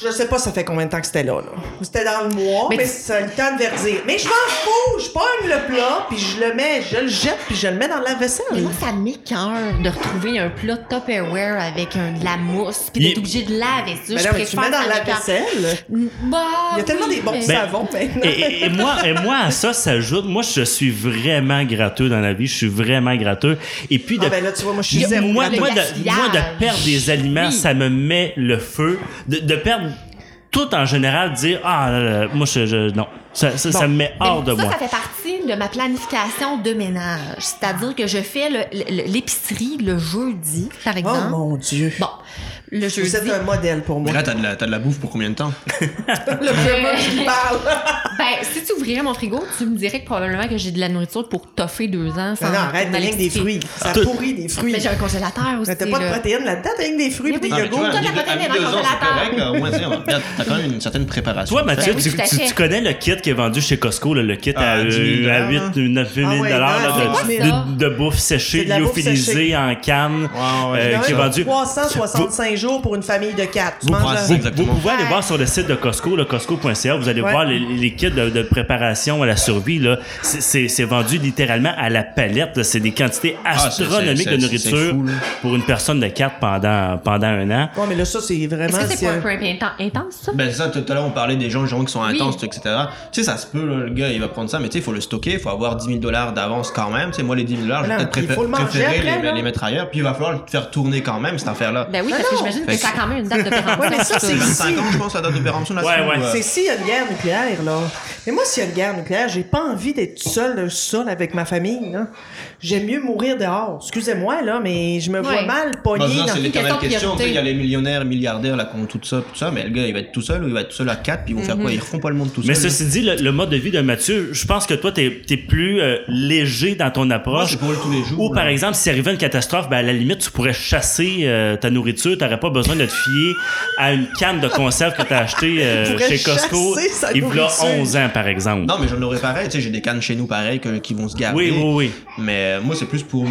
A: je sais pas ça fait combien de temps que c'était là. là. C'était dans le mois, mais,
C: Mais-
A: ça a eu le temps de verdir. Mais je m'en fous, je pogne le plat, puis je le mets, je le jette, puis je le mets dans la vaisselle.
C: Mais moi, ça m'écoeure de retrouver un plat Tupperware avec un, de la mousse, puis
B: Il-
C: d'être obligé de laver ça.
A: Ben Mais
C: je
A: là, mais tu
C: préfère
A: mets dans
C: ça
A: la
C: avec un-
A: vaisselle.
C: Bah,
A: Il y a tellement
C: oui,
A: des bons
C: mais-
A: savons maintenant.
B: Et, et- et moi, et moi, à ça, ça ajoute. Moi, je suis vraiment gratteux dans la vie. Je suis vraiment gratteux. Et puis, de,
A: Ah ben là, tu vois, moi, je suis
B: Moi,
A: zéro.
B: moi,
C: Le
B: moi, de,
C: gaspillage.
B: moi, de perdre des aliments,
C: Oui.
B: ça me met le feu. De, de perdre tout en général, dire ah, là, là, moi, je, je- non, ça, ça, ça me met
C: Mais
B: hors de
C: Ben, ça,
B: moi.
C: ça fait partie de ma planification de ménage. C'est-à-dire que je fais le- le- l'épicerie le jeudi, par
A: Oh
C: exemple.
A: mon Dieu.
C: Bon, le jeudi.
A: Vous êtes un modèle pour
D: Mais
A: moi.
D: là, t'as de, la- t'as de la bouffe pour combien de temps?
A: (laughs) Le peu qui
C: (laughs)
A: parle.
C: Ben, si tu ouvrirais mon frigo, tu me dirais que probablement que j'ai de la nourriture pour toffer deux ans sans
A: Ben Non, non, arrête,
C: sans
A: t'as rien que des
C: l'épicerie.
A: fruits. Ça
B: Tout-
A: pourrit des fruits.
C: Mais j'ai un congélateur aussi.
A: Mais T'as pas de
C: là.
A: protéines là-dedans, t'as rien que des fruits
C: Mais
A: et des
C: oui.
D: mais
A: yogourts.
B: euh,
C: Toi,
D: à
C: t'as
D: mi-
C: pas
D: à
C: tenu
D: mi-deux
C: dans le
D: ans, c'est
C: congélateur.
D: correct. euh, Au moins, tu sais, regarde, t'as quand même une certaine préparation.
B: Toi, Mathieu,
C: Ben oui,
B: tu,
C: tout à
B: tu-
C: fait.
B: tu connais le kit qui est vendu chez Costco, là, le kit
D: Ah,
B: à,
D: 10 000
B: euh, à 8
D: hein?
B: 9 000
A: Ah ouais,
B: là,
A: non,
B: de,
C: c'est
B: de-
C: quoi ça?
B: de bouffe
A: C'est
B: séchée,
A: de la bouffe séchée.
B: lyophilisée en canne,
D: Ouais,
B: euh,
D: ouais, j'ai
B: qui est
D: ça.
B: vendue.
A: 365 jours pour une famille de quatre. Tu
D: Vous
A: manges
D: pensez-
A: la-
B: Vous
D: Exactement.
B: pouvez aller voir sur le site de Costco, le costco.ca, vous allez
A: Ouais.
B: voir les, les kits de, de préparation à la survie. là. C'est- C'est c'est vendu littéralement à la palette. là. C'est des quantités
D: Ah, c'est-
B: astronomiques
D: c'est-
B: de
D: c'est- c'est
B: nourriture
D: fou, là.
B: pour une personne de quatre pendant, pendant un an.
A: Ouais, mais là, ça, c'est
C: Est-ce
A: vraiment.
C: que c'est
A: c'est
C: pas un
A: un-
C: peu inten- intense, ça?
D: Ben c'est ça, tout à l'heure on parlait des gens, gens qui sont
C: Oui.
D: intenses, tout, etc. Tu sais, ça se peut, là, le gars il va prendre ça, mais tu sais, il faut le stocker, il faut avoir 10 000 dollars d'avance quand même. Tu sais, moi les 10 000 dollars, je vais
A: Voilà,
D: peut-être
A: il faut le
D: préfé-
A: manger
D: préférer
A: après,
D: les,
A: là.
D: les mettre ailleurs, puis il va falloir le faire tourner quand même cette affaire-là.
C: Ben oui,
A: Non,
C: parce que
A: non.
C: j'imagine
D: Fait
C: que ça
D: que-
C: a quand même
A: (laughs)
C: une date de péremption.
A: Ouais, mais ça, c'est-
C: ça.
D: 5 ans, je pense, la date de péremption là euh.
B: Ouais, ouais.
A: C'est s'il y a une guerre nucléaire, là. Mais moi, s'il y a une guerre nucléaire, j'ai pas envie d'être seule, seule avec ma famille, là. J'aime mieux mourir dehors. Excusez-moi, là, mais je me vois
C: Ouais.
A: mal pogner
D: c'est
A: dans...
D: l'éternelle
C: question de
D: question. tu sais,
C: priorité.
D: Il y a les millionnaires, milliardaires, là, qui ont tout ça, tout ça, mais le gars, il va être tout seul ou il va être tout seul à 4, puis ils vont faire
C: Mhm.
D: quoi Ils refont pas le monde tout
B: Mais
D: seul. là.
B: ceci dit, le, le mode de vie de Mathieu, je pense que toi, t'es es plus euh, léger dans ton
D: Moi,
B: approche.
D: c'est pour le tous les jours.
B: Ou par
A: euh.
D: là.
B: exemple, si arrivait une catastrophe, ben, à la limite, tu pourrais chasser euh, ta nourriture. Tu pas besoin de te fier à une canne de conserve que tu as achetée euh,
A: Tu pourrais
B: chez Costco.
A: chasser sa
B: Il y a
A: nourriture.
B: 11 ans, par exemple.
D: Non, mais j'en aurais pareil, tu sais, j'ai des cannes chez nous pareil que- qui vont se garder.
B: oui, oui, oui.
D: Mais euh, moi, c'est plus pour.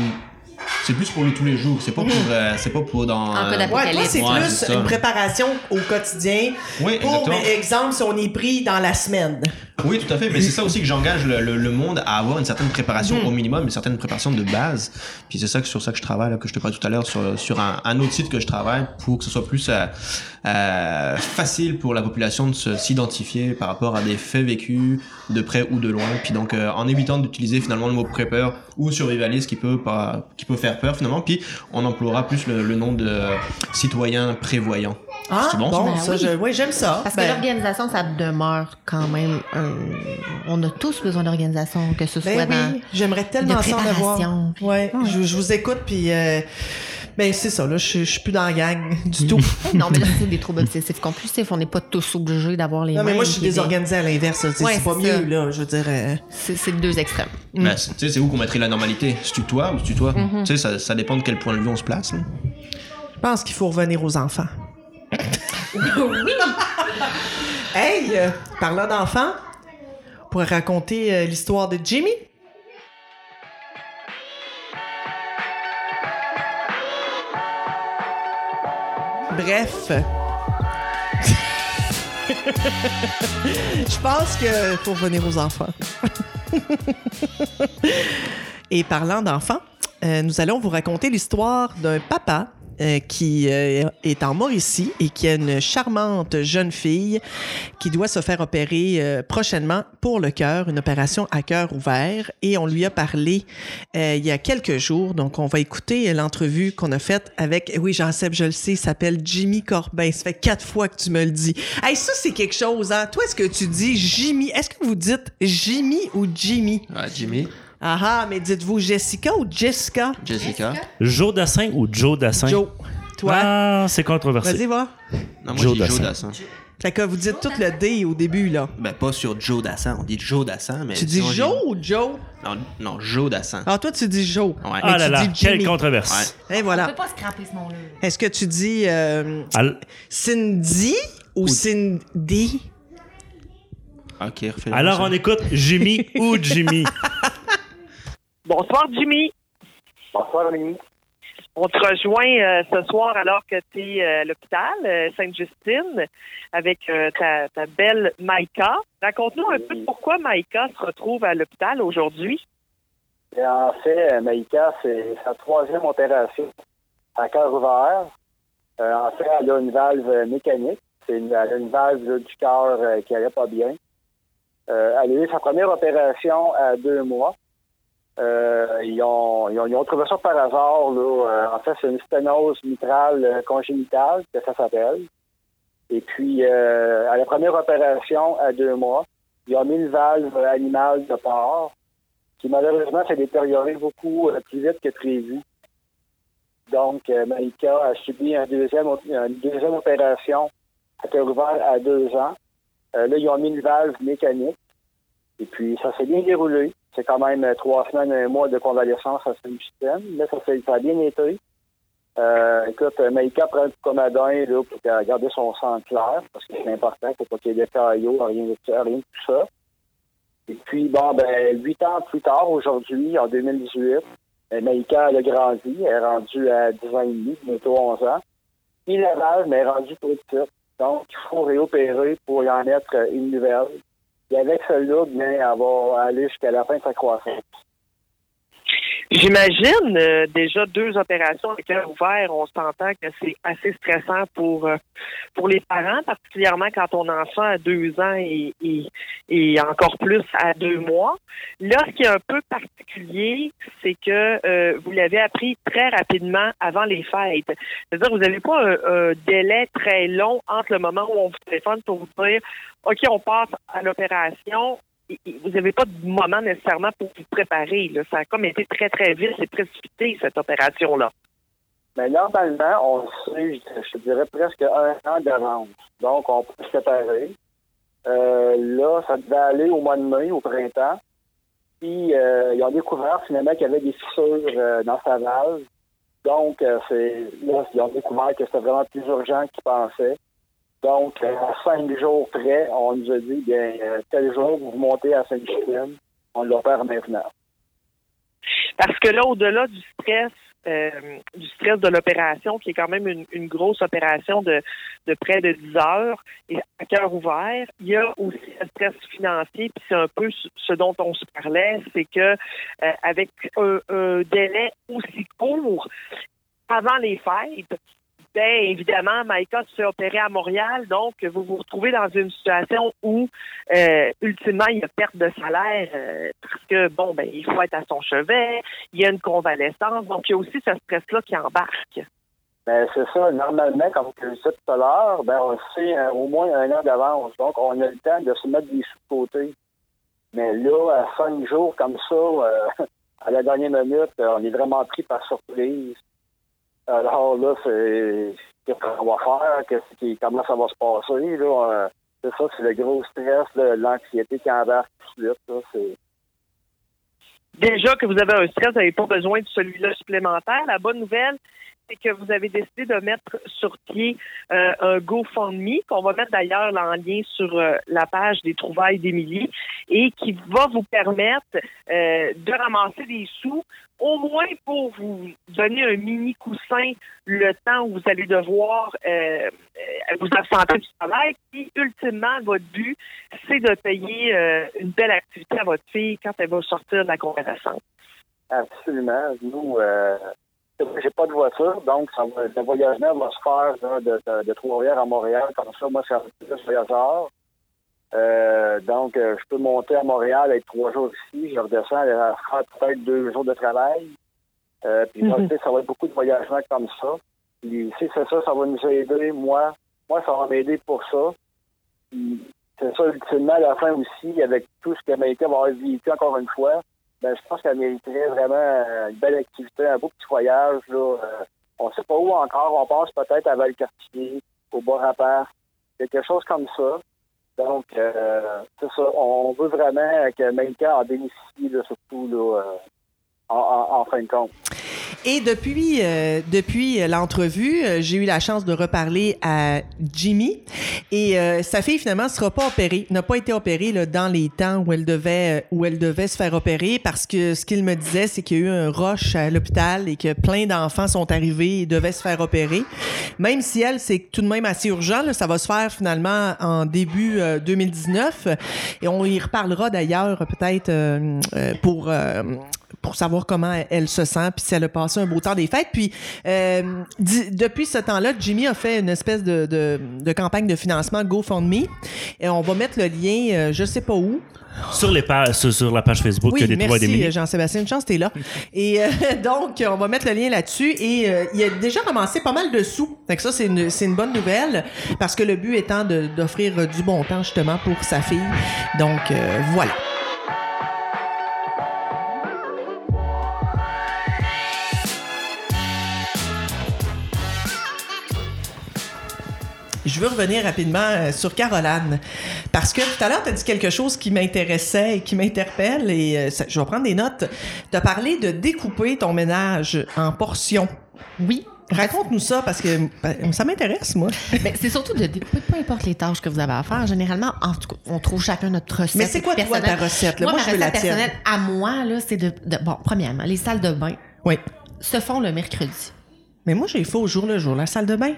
D: C'est plus pour le tous les jours. C'est pas
C: Mhm.
D: pour. euh, c'est pas pour dans.
C: En cas
D: euh,
C: d'appel.
A: Ouais, toi, c'est
D: Ouais,
A: plus
D: c'est ça.
A: une préparation au quotidien.
D: Oui,
A: pour,
D: exactement.
A: mais, exemple, si on est pris dans la semaine.
D: Oui, tout à fait. Mais c'est ça aussi que j'engage le, le- le monde à avoir une certaine préparation au minimum, une certaine préparation de base. Puis c'est ça que sur ça que je travaille, là, que je te parlais tout à l'heure sur, sur un, un autre site que je travaille pour que ce soit plus euh, euh, facile pour la population de se- s'identifier par rapport à des faits vécus de près ou de loin. Puis donc euh, en évitant d'utiliser finalement le mot prepper ou survivaliste qui peut pas, qui peut faire peur finalement. Puis on emploiera plus le, le nom de citoyen prévoyant.
A: Ah,
D: C'est bon,
A: bon,
C: ça?
A: ça,
C: Ben oui.
A: je- ouais, j'aime ça.
C: Parce que
A: Ben,
C: l'organisation, ça demeure quand même un... On a tous besoin d'organisation, que ce soit
A: Ben
C: dans...
A: oui, j'aimerais tellement
C: de
A: ça en avoir.
C: préparation, puis- Ah.
A: Ouais,
C: Ouais.
A: Je, je vous écoute, puis... euh, Ben, c'est ça, là, je, je suis plus dans la gang du
C: (laughs)
A: tout.
C: Eh Non, mais là, c'est des troubles obsessifs compulsifs. On n'est pas tous obligés d'avoir les
A: Non, mais
C: mêmes,
A: moi, je suis
C: puis des-
A: désorganisée à l'inverse. là, tu sais,
C: Ouais,
A: c'est pas
C: c'est
A: mieux,
C: ça.
A: là, je veux dire. euh,
C: C'est c'est deux extrêmes.
A: Mm.
D: Ben, c'est- tu sais, c'est où qu'on mettrait la normalité C'est-tu toi ou c'est-tu toi
A: Mhm.
D: Tu sais, ça, ça dépend de quel point de vue on se place. hein.
A: Je pense qu'il faut revenir aux enfants.
C: oui!
A: Hey, euh, parlant d'enfants, on pourrait raconter euh, l'histoire de Jimmy. Bref. (laughs) Je pense que faut revenir aux enfants. Et parlant d'enfants, euh, nous allons vous raconter l'histoire d'un papa euh, qui euh, est en Mauricie et qui a une charmante jeune fille qui doit se faire opérer euh, prochainement pour le cœur, une opération à cœur ouvert. Et on lui a parlé euh, il y a quelques jours. Donc, on va écouter l'entrevue qu'on a faite avec, oui, Jean-Seb, je le sais, il s'appelle Jimmy Corbin. Ça fait quatre fois que tu me le dis. Hey, ça, c'est quelque chose, hein? Toi, est-ce que tu dis Jimmy? Est-ce que vous dites Jimmy ou Jimmy?
D: Ouais, Jimmy,
A: Ah ah, mais dites-vous Jessica ou Jessica?
D: Jessica.
B: Joe Dassin ou Joe Dassin?
A: Joe. Toi?
B: Ah, c'est
A: Vas-y,
B: controversé.
A: va.
D: Non,
B: Joe
D: moi, j'ai Joe
B: Dassin.
D: Dassin.
A: Fait que vous dites tout le D au début, là.
D: Ben, pas sur Joe Dassin. On dit Joe Dassin, mais.
A: Tu dis
D: sinon, j'ai-
A: Joe ou Joe?
D: Non, non, Joe Dassin.
A: Alors, toi, tu dis Joe.
D: Ouais.
B: Ah
A: Mais
B: là
A: tu
B: là,
A: dis
B: quelle
A: Jimmy.
B: controverse.
A: Et
C: On peut
A: voilà.
C: pas scraper ce nom-là.
A: Est-ce que tu dis euh,
B: Al-
A: Cindy ou Cindy?
D: Ok, refais
B: Alors, on écoute Jimmy
A: (laughs)
B: ou Jimmy.
E: Bonsoir, Jimmy.
F: Bonsoir, Rémi.
E: On te rejoint euh, ce soir alors que tu es à l'hôpital euh, Sainte-Justine avec euh, ta, ta belle Maïka. Raconte-nous un peu pourquoi Maïka se retrouve à l'hôpital aujourd'hui.
F: Et en fait, euh, Maïka, c'est sa troisième opération à cœur ouvert. Euh, en fait, elle a une valve euh, mécanique. C'est une, elle a une valve là, du cœur euh, qui n'allait pas bien. Euh, elle a eu sa première opération à deux mois. Euh, ils, ont, ils ont- ils ont trouvé ça par hasard. Là. Euh, en fait, c'est une sténose mitrale euh, congénitale, que ça s'appelle. Et puis, euh, à la première opération, à deux mois, ils ont mis une valve animale de porc qui malheureusement s'est détériorée beaucoup euh, plus vite que prévu. Donc, euh, Marika a subi un deuxième op- une deuxième opération à cœur ouvert à deux ans. Euh, là, ils ont mis une valve mécanique. Et puis, ça s'est bien déroulé. C'est quand même euh, trois semaines, un mois de convalescence à saint justine Là, ça, s'est- ça a bien été. Euh, écoute, euh, Maïka prend du comadin là, pour euh, garder son sang clair, parce que c'est important, il faut pas qu'il y ait des caillots, rien de, rien de tout ça. Et puis, bon, ben, huit ans plus tard, aujourd'hui, en 2018, euh, Maïka, elle a grandi. Elle est rendue à 10 ans et demi, bientôt 11 ans. Puis la valve, mais elle est rendue trop petite. Donc, il faut réopérer pour y en être euh, une nouvelle. Et avec celle-là, bien, elle va aller jusqu'à la fin de sa croissance.
E: J'imagine euh, déjà deux opérations à cœur ouvert. On s'entend que c'est assez stressant pour euh, pour les parents, particulièrement quand ton enfant a deux ans et, et, et encore plus à deux mois. Là, ce qui est un peu particulier, c'est que euh, vous l'avez appris très rapidement avant les fêtes. C'est-à-dire, vous n'avez pas un, un délai très long entre le moment où on vous téléphone pour vous dire, OK, on passe à l'opération, et- et vous n'avez pas de moment nécessairement pour vous préparer. là. Ça a comme été très, très vite. C'est précipité, cette opération-là.
F: Mais normalement, on le sait, je- je te dirais presque un an d'avance. Donc, on peut se préparer. Euh, là, ça devait aller au mois de mai, au printemps. Puis, euh, ils ont découvert finalement qu'il y avait des fissures euh, dans sa valve. Donc, euh, c'est là, ils ont découvert que c'était vraiment plus urgent qu'ils pensaient. Donc, euh, à cinq jours près, on nous a dit, bien, euh, tel jour, vous montez à Saint-Justine. On l'opère maintenant.
E: Parce que là, au-delà du stress, euh, du stress de l'opération, qui est quand même une, une grosse opération de, de près de 10 heures et à cœur ouvert, il y a aussi le stress financier, puis c'est un peu ce- ce dont on se parlait, c'est que euh, avec un, un délai aussi court avant les fêtes, ben évidemment, Maïka se fait opérer à Montréal, donc vous vous retrouvez dans une situation où euh, ultimement il y a perte de salaire euh, parce que bon ben il faut être à son chevet, il y a une convalescence, donc il y a aussi ce stress-là qui embarque.
F: Ben, c'est ça. Normalement, comme je le disais tout à l'heure, ben, on le sait euh, au moins un an d'avance. Donc, on a le temps de se mettre des sous de côté. Mais là, à cinq jours comme ça, euh, (laughs) à la dernière minute, euh, on est vraiment pris par surprise. Alors là, c'est qu'est-ce qu'on va faire, qu'est-ce qui, comment ça va se passer. Là, euh, c'est ça, c'est le gros stress, là, l'anxiété qui embarque tout de suite. là. c'est...
E: Déjà que vous avez un stress, vous n'avez pas besoin de celui-là supplémentaire. La bonne nouvelle, c'est que vous avez décidé de mettre sur pied euh, un GoFundMe, qu'on va mettre d'ailleurs là en lien sur euh, la page des trouvailles d'Émilie, et qui va vous permettre euh, de ramasser des sous, au moins pour vous donner un mini coussin le temps où vous allez devoir euh, euh, vous absenter du travail. Puis, ultimement, votre but, c'est de payer euh, une belle activité à votre fille quand elle va sortir de la convalescence.
F: Absolument. Nous, euh, J'ai pas de voiture, donc ça va- le voyagement va se faire là, de, de- de Trois-Rivières à Montréal. Comme ça, moi, c'est un peu plus voyageur. Euh, donc, euh, je peux monter à Montréal, être trois jours ici. Je redescends, aller faire peut-être deux jours de travail. Euh, puis,
E: Mhm.
F: donc, tu sais, ça va être beaucoup de voyagements comme ça. Puis, si c'est ça, ça va nous aider. Moi, moi ça va m'aider pour ça. Puis, c'est ça, ultimement, à la fin aussi, avec tout ce que Maïka va avoir vécu encore une fois, ben, je pense qu'elle mériterait vraiment euh, une belle activité, un beau petit voyage. Là. Euh, on sait pas où encore, on pense peut-être à Valcartier, au Bas-Rapport, quelque chose comme ça. Donc, euh, c'est ça, on veut vraiment que Maïka en bénéficie, là, surtout là, euh, en- en- en fin de compte.
A: Et depuis, euh, depuis euh, l'entrevue, euh, j'ai eu la chance de reparler à Jimmy. Et euh, sa fille, finalement, ne sera pas opérée, n'a pas été opérée là, dans les temps où elle, devait, euh, où elle devait se faire opérer parce que ce qu'il me disait, c'est qu'il y a eu un rush à l'hôpital et que plein d'enfants sont arrivés et devaient se faire opérer. Même si elle, c'est tout de même assez urgent, là, ça va se faire finalement en début euh, 2019. Et on y reparlera d'ailleurs euh, peut-être euh, euh, pour... euh, pour savoir comment elle se sent, puis si elle a passé un beau temps des fêtes. Puis, euh, di- depuis ce temps-là, Jimmy a fait une espèce de, de, de campagne de financement GoFundMe. Et on va mettre le lien, euh, je sais pas où.
B: Sur, les pages, sur, sur la page Facebook
A: Oui,
B: des Trois et
A: merci
B: des Mini.
A: euh, Jean-Sébastien, une chance, t'es là. Et euh, donc, on va mettre le lien là-dessus. Et euh, il a déjà ramassé pas mal de sous. Fait que ça, c'est une, c'est une bonne nouvelle, parce que le but étant de- d'offrir euh, du bon temps, justement, pour sa fille. Donc, euh, voilà. Je veux revenir rapidement euh, sur Caroline. Parce que tout à l'heure, tu as dit quelque chose qui m'intéressait et qui m'interpelle. Et euh, ça- je vais prendre des notes. Tu as parlé de découper ton ménage en portions.
C: Oui.
A: Raconte-nous ça parce que ben, ça m'intéresse, moi.
C: Ben, c'est surtout de découper, peu importe les tâches que vous avez à faire. Généralement, en tout cas, on trouve chacun notre recette.
A: Mais c'est quoi, toi, ta
C: personnelle.
A: recette? là?
C: Moi,
A: Moi,
C: ma
A: je veux la
C: recette
A: tienne.
C: personnelle à moi, là, c'est de, de- Bon, premièrement, les salles de bain
A: Oui.
C: se font le mercredi.
A: Mais moi, j'ai faux au jour le jour, la salle de bain.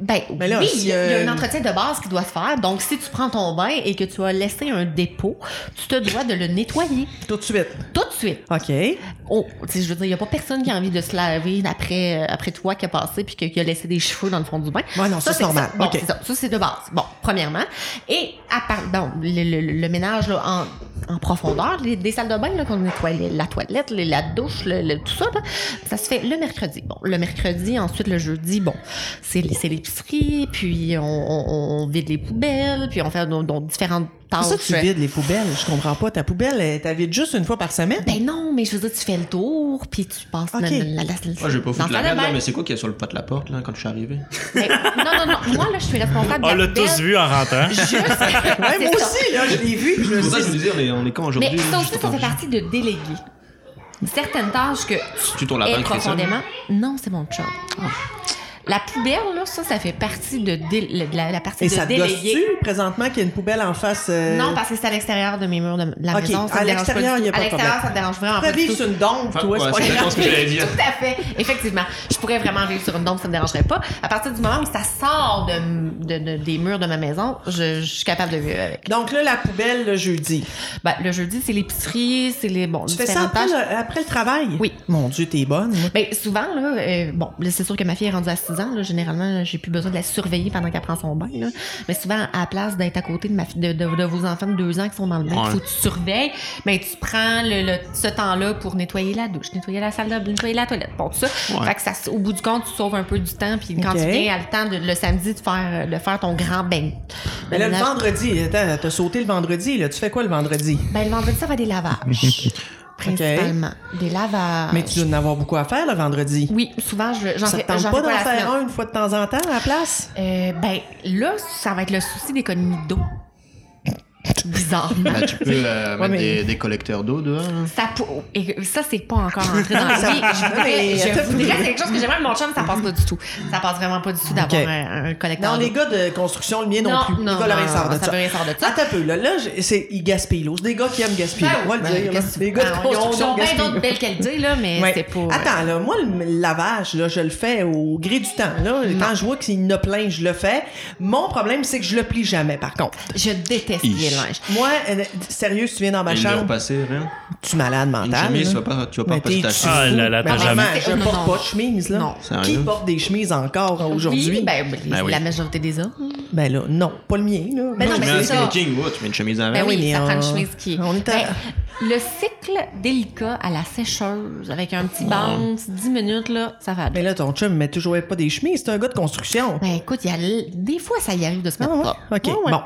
C: Ben,
A: Mais là,
C: oui,
A: si,
C: il y a- il y a
A: euh,
C: un entretien de base qui doit se faire. Donc, si tu prends ton bain et que tu as laissé un dépôt, tu te dois de le nettoyer
A: Tout de suite.
C: tout de suite.
A: OK.
C: Oh, tu sais, je veux dire, il n'y a pas personne qui a envie de se laver après, euh, après toi qui a passé puis que- qui a laissé des cheveux dans le fond du bain.
A: Ouais, non, ça, c'est normal.
C: Bon,
A: OK.
C: c'est ça. Ça, c'est de base. Bon, premièrement. Et à part, bon, le, le- le- le ménage là, en, en profondeur, les, des salles de bain là, qu'on nettoie, les- la toilette, les- la douche, le- le- tout ça, là, ça se fait le mercredi. Bon, le mercredi, ensuite le jeudi, bon, c'est c'est l'épicerie, puis on, on- on vide les poubelles, puis on fait nos, nos différentes tâches.
A: C'est ça que tu vides les poubelles. Je comprends pas. Ta poubelle, elle- t'as vide juste une fois par semaine.
C: Ben non, mais je veux dire, tu fais le tour, puis tu passes
A: Ok.
C: la, la, la, la,
D: Moi, j'ai Ah, pas
C: dans
D: foutu la
C: salle de
D: merde, là,
C: bain.
D: mais c'est quoi qu'il y a sur le pas de la porte, là, quand je suis (laughs) arrivé?
C: Ben, non, non, non. Moi, là, je suis responsable de
D: Ah,
B: On
C: la
B: l'a tous
C: poubelle.
B: vu en rentrant.
C: Juste.
A: Ouais, moi
C: C'est ça.
A: aussi, là, je l'ai vu. puis je me suis
D: C'est pour ça que je
A: dit,
D: vous dis, on est, on est con aujourd'hui.
C: Mais
D: là,
C: ça aussi,
D: juste
C: ça fait
D: pour-
C: partie de déléguer. Certaines tâches que tu
D: Tu tournes la
C: hais
D: balle,
C: profondément. Non, c'est mon chum. Ah. La poubelle, là, ça, ça fait partie de, dé- de la, la partie
A: Et
C: de
A: ça te
C: déléguer.
A: gosse-tu présentement qu'il y a une poubelle en face? euh,
C: Non, parce que c'est à l'extérieur de mes murs de la
A: Ok,
C: maison. ça
A: à
C: me dérange
A: l'extérieur,
C: pas du
A: il y a
C: tout.
A: pas
C: À
A: de
C: l'extérieur,
A: problème.
C: ça me dérange vraiment
A: Pourrais
C: pas du
A: vivre
C: tout.
A: sur une dombe,
D: Enfin,
A: toi,
D: ouais,
A: c'est pas
D: c'est
A: grave.
D: exactement ce que
A: (laughs)
D: j'allais dire.
C: Tout à fait. Effectivement, je pourrais vraiment vivre sur une dombe, ça me dérangerait pas. À partir du moment où ça sort de, de- de- des murs de ma maison, je, je suis capable de vivre avec.
A: Donc là, la poubelle le jeudi.
C: Ben, le jeudi, c'est l'épicerie, c'est les bon,
A: Tu fais ça
C: différentes
A: après
C: tâches.
A: le, après le travail?
C: Oui.
A: Mon Dieu, t'es bonne. moi.
C: Ben, souvent, là, euh, bon, là, c'est sûr que ma fille est rendue à 6 ans. Là, généralement, j'ai plus besoin de la surveiller pendant qu'elle prend son bain. Là. Mais souvent, à la place d'être à côté de, ma fi- de, de- de vos enfants de 2 ans qui sont dans le bain,
D: Ouais.
C: il faut que tu surveilles, mais tu prends le, le- ce temps-là pour nettoyer la douche, nettoyer la salle de bain, nettoyer la toilette, bon, tout ça.
D: Ouais.
C: Fait que ça, au bout du compte, tu sauves un peu du temps. Puis quand
A: Ok.
C: tu viens à le temps, de, le samedi, de faire, de faire ton grand bain. Ben,
A: Mais là, le
C: ménage-
A: vendredi, attends, t'as sauté le vendredi, là. Tu fais quoi le vendredi?
C: ben, le vendredi, ça va des
D: (laughs)
C: lavages. principalement. Des lavages.
A: Mais tu dois en avoir beaucoup à faire le vendredi.
C: Oui, souvent, je- j'en
A: ça
C: fais
A: te tente
C: j'en
A: pas
C: fais
A: d'en
C: la semaine.
A: faire un une fois de temps en temps à la place?
C: Euh, ben là, ça va être le souci d'économie d'eau. Bizarrement.
D: Bah, tu peux euh,
A: Ouais,
D: mettre
A: mais-
D: des, des collecteurs d'eau dehors. hein. là.
C: Ça, pour- et ça c'est pas encore entré dans la vie.
A: (laughs)
C: Je voudrais,
A: Mais- euh,
C: je voudrais- c'est quelque chose que j'aimerais, mais mon chum, ça passe pas du tout. Ça passe vraiment pas du tout d'avoir
A: Ok.
C: un, un collecteur
A: Non, les
C: d'eau.
A: gars de construction, le mien non,
C: Non,
A: plus.
C: non,
A: Ils veulent
C: non,
A: rien savoir de
C: non, ça
A: ça.
C: veut rien savoir de ça.
A: Attends un peu, là. Là, j'ai- c'est, ils gaspillent. là. C'est des gars qui aiment gaspiller.
C: Ben
A: on va
C: oui,
A: le
C: ben,
A: dire, là.
C: qu'est-ce que tu-
A: Les gars de
C: ben, ils ont- Ils
A: construction
C: ont bien
A: gaspillent.
C: d'autres belles qualités, là, mais
A: Ouais.
C: c'est euh, pas...
A: Attends, là, moi, le lavage, là, je le fais au gré du temps. Là. Quand je vois qu'il y en a plein, je le fais. Mon problème, c'est que je le plie jamais, par contre.
C: Je déteste
D: Ich.
C: les linges. neige.
A: Moi, euh, sérieux, si tu viens dans ma
D: Il ne
A: chambre,
D: repassé, rien.
A: tu es malade
D: Une
A: mental.
D: chemise, tu
A: là.
D: vas pas, tu vas pas
A: Mais t'es
D: repasser ta
A: fou.
D: chemise.
B: Ah là là,
A: Mais
B: t'as
A: vraiment,
B: jamais-
A: je
C: Non,
A: porte
C: non,
A: pas
C: non.
A: de chemise, là.
C: Non.
A: Qui
D: Sérieux?
A: porte des chemises encore aujourd'hui?
C: Oui, ben, les-
D: Ben oui.
C: la majorité des hommes.
A: Ben là, non, pas le mien, là.
C: Ben non,
A: Moi,
D: Tu
C: mais
D: mets un
C: c'est ça.
D: smoking, ouais, tu mets une chemise en
C: Ben
A: oui,
C: oui,
A: mais
C: ça
A: on-
C: prend une chemise qui.
A: on est à-
C: Ben, le cycle délicat à la sécheuse avec un petit bounce, 10 minutes, là, ça va.
A: Mais
C: Ben,
A: là, ton chum, mais toujours pas des chemises. C'est un gars de construction.
C: écoute, il y a l- des fois, ça y arrive de se
A: Ah
C: mettre
A: ouais?
C: pas.
A: OK.
C: Ouais, ouais.
A: Bon.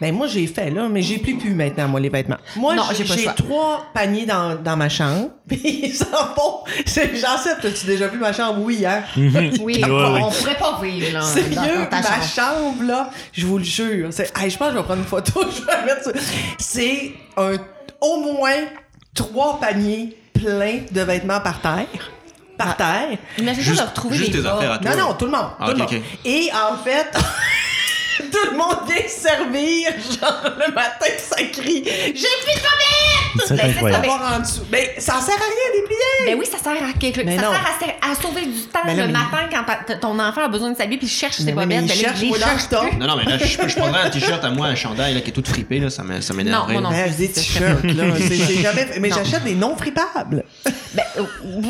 A: Ben moi, j'ai fait, là, mais j'ai plus pu maintenant, moi, les vêtements. Moi,
C: Non,
A: j'ai
C: j'ai pas le
A: j'ai
C: choix.
A: trois paniers dans, dans ma chambre. (laughs) Puis ils s'en vont. C'est- J'en sais, t'as-tu déjà vu ma chambre? Oui, hein?
C: (laughs) Oui,
B: Ouais,
C: on,
B: ouais.
C: on pourrait pas vivre, là.
A: Sérieux,
C: dans- dans
A: ma
C: ta chambre.
A: chambre, là, je vous le jure. c'est- Hey, je pense que je vais prendre une photo, (laughs) je vais la mettre sur- C'est un, au moins trois paniers pleins de vêtements par terre. Par
C: Ah.
A: terre.
C: Imagine
D: Juste-
C: de retrouver
D: juste
C: des
D: tes
C: bas.
D: affaires à Ah, toi.
A: Non, non, tout le monde.
D: Ah,
A: tout le
D: ok,
A: monde. Et en fait, (laughs) tout le monde vient se servir. Genre, le matin, ça crie J'ai plus
B: C'est
C: Ah,
A: de
B: incroyable.
A: voir en dessous. Mais ça sert à rien des plier.
C: Ben oui, ça sert à quelque
A: Mais
C: Ça
A: non.
C: sert à, à sauver du temps
A: Mais là,
C: le
A: mais-
C: matin quand ta- t- ton enfant a besoin de s'habiller puis il cherche ses
A: Mais oui, mais
C: bobettes.
A: il
C: ben là,
A: cherche,
C: les
A: moi, dans le temps.
D: Non, non, mais là, je, je prendrais un t-shirt à moi, un chandail là, qui est tout fripé, là, ça m'é- ça m'énerverait.
C: Non, moi non.
A: Ben, je dis t-shirts,
C: (laughs)
A: là. C'est- c'est jamais- Mais
C: Non.
A: j'achète des non fripables.
C: Ben, euh, oui,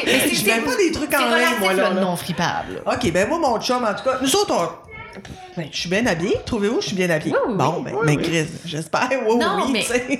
A: (laughs)
C: mais c'est-
A: Je n'aime pas des trucs en
C: c'est
A: laine,
C: relatif,
A: moi, là,
C: le
A: là.
C: non fripable.
A: OK, ben moi, mon chum, en tout cas, nous autres, on- ben, je suis bien habillée. Trouvez-vous, que je suis bien habillée.
C: Oui, oui,
A: bon, ben, mais Chris, j'espère. Oui,
C: Non,
A: oui,
C: mais-
A: tu
C: (laughs)
A: sais.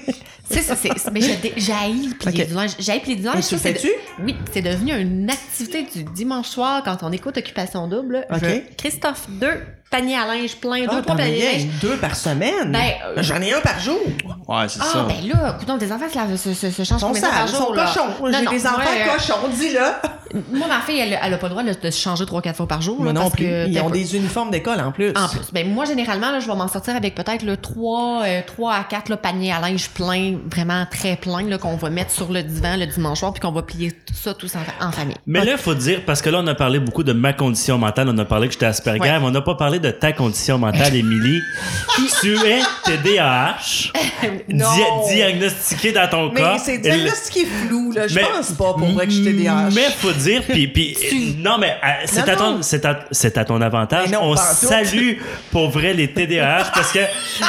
C: C'est ça, c'est. Mais je dé- j'haïs plier
A: Ok.
C: du linge. J'haïs plier du
A: Mais
C: linge.
A: tu
C: Ah, ça,
A: le
C: c'est de-
A: fais-tu?
C: Oui, c'est devenu une activité du dimanche soir quand on écoute Occupation Double.
A: Ok.
C: Je- Christophe, deux paniers à linge plein,
A: Ah,
C: deux, trois
A: t'en as
C: paniers à
A: bien
C: linge.
A: deux par semaine.
C: Ben, euh,
A: J'en ai un par jour.
D: Ouais, c'est
C: Ah,
D: ça.
C: ben là, écoute, les enfants se, lavent- se, se, se
A: Ils
C: changent
A: sont
C: combien de fois
A: sales,
C: par
A: ils
C: jour,
A: sont
C: là?
A: cochons.
C: Non,
A: J'ai
C: non,
A: des enfants
C: moi, euh,
A: cochons, dis-le.
C: Moi, ma fille, elle, elle a pas le droit là, de se changer trois, quatre fois par jour.
A: Moi
C: là,
A: non
C: parce
A: plus.
C: que-
A: Ils ont
C: t'as-
A: des uniformes d'école en plus.
C: En plus. Ben, moi, généralement, là, je vais m'en sortir avec peut-être le 3, à 4 là, paniers à linge plein, vraiment très plein, là, qu'on va mettre sur le divan le dimanche soir, puis qu'on va plier tout ça tous en, en famille.
B: Mais là, il faut dire, parce que là, on a parlé beaucoup de ma condition mentale, on a parlé que j'étais Asperger,
C: Ouais.
B: mais on n'a pas parlé de ta condition mentale, Émilie.
A: (laughs)
B: tu es TDAH,
A: Non.
B: dia- diagnostiqué dans ton
A: Mais
B: corps.
A: c'est
B: Elle-
A: diagnostiqué flou, là. Je
B: mais-
A: pense pas pour vrai que je TDAH.
B: Mais faut dire, puis,
A: (laughs)
B: puis- non, mais euh, c'est
A: Non,
B: à, ton-
A: non.
B: c'est à- c'est à ton avantage.
A: Mais non,
B: On
A: pas en tout.
B: salue pour vrai les TDAH
A: (laughs)
B: parce que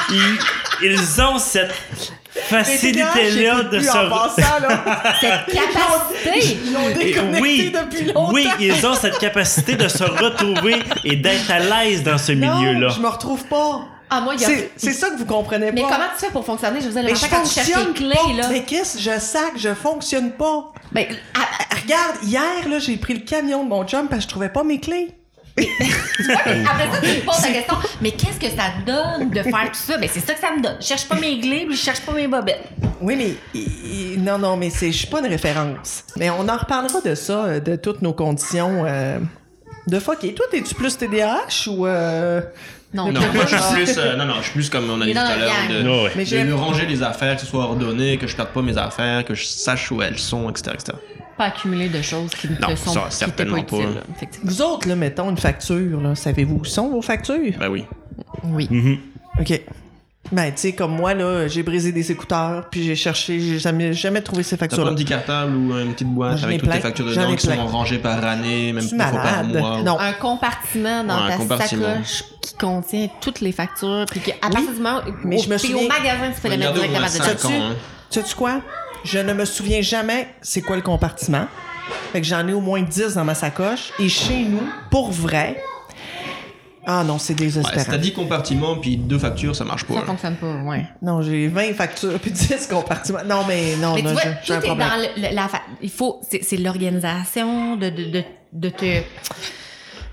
B: ils, ils ont
A: Les
B: cette
A: TDAH,
B: facilité-là
A: j'écoute
B: de
A: plus en
B: se...
A: passant, là.
C: Cette capacité!
A: Ils l'ont déconnecté
B: Oui,
A: depuis longtemps.
B: oui, ils ont cette capacité de se retrouver et d'être à l'aise dans ce
A: Non,
B: milieu-là.
A: je me retrouve pas.
C: Ah, moi, il y a.
A: C'est c'est ça que vous comprenez
C: Mais
A: pas.
C: comment tu fais pour fonctionner? Je vous ai
A: mais je
C: quand tu cherches
A: fonctionne
C: les
A: pas.
C: clés, là.
A: Mais qu'est-ce je sac, je fonctionne pas. Eh,
C: Ben, ah,
A: Regarde, hier là, j'ai pris le camion de mon chum parce que je trouvais pas mes clés.
C: après ça, tu te poses la question, mais qu'est-ce que ça donne de faire tout ça? Ben, c'est ça que ça me donne. Je cherche pas mes glés, puis je cherche pas mes bobettes.
A: Oui, mais i- i- non, non, mais c'est, je suis pas une référence. Mais on en reparlera de ça, euh, de toutes nos conditions euh, de fuck. Et toi, t'es-tu plus TDAH ou euh,
C: Non,
D: Non, moi, je suis plus, euh, non, non, je suis plus comme on a dit tout
C: dans
D: à
C: le
D: l'heure,
C: gang.
D: de,
B: Ouais, ouais.
A: Mais
D: de
A: j'aime-
D: me ranger les affaires, que ce soit ordonné, que je perde pas mes affaires, que je sache où elles sont, etc. etc.
C: Pas accumuler de choses qui ne
D: Non,
C: te sont
D: ça,
C: qui t'étaient
D: certainement
C: pas.
D: pas.
C: utiles, là, effectivement.
A: vous autres là, mettons une facture là, savez-vous où sont vos factures
D: Ben oui.
C: Oui.
A: Ok. Ben tu sais comme moi là, j'ai brisé des écouteurs, puis j'ai cherché, j'ai jamais, jamais trouvé ces
D: T'as pas
A: factures
D: un
A: là.
D: petit cartable ou une petite boîte
A: J'en ai
D: avec toutes
A: plein.
D: tes factures
A: J'en ai
D: dedans qui
A: plein.
D: sont rangées par année, même
A: suis
D: pas par
A: malade.
D: mois. ou-
A: Non.
C: un compartiment dans
D: Ouais, un
C: ta
D: compartiment.
C: sacoche qui contient toutes les factures puis qu'à partir du moment où
A: mais je me
C: t'es
A: souviens-
C: au magasin tu peux les mettre
D: Regardez
C: directement
D: au moins
C: dedans.
D: cinq
A: T'as-tu-
D: ans. hein.
A: Sais-tu quoi? Je ne me souviens jamais c'est quoi le compartiment. Fait que j'en ai au moins 10 dans ma sacoche. Et chez nous, pour vrai. Ah non, c'est
D: Ouais, si
A: désespérant.
D: t'as 10 compartiments puis deux factures, ça marche pas.
C: Ça
D: hein.
C: fonctionne pas, ouais.
A: non, j'ai 20 factures puis 10 compartiments. Non, mais non,
C: Mais
A: non,
C: tu vois,
A: j'ai-
C: tout
A: j'ai un
C: est
A: problème.
C: dans le- le- la fa- il faut c'est c'est l'organisation de de, de de te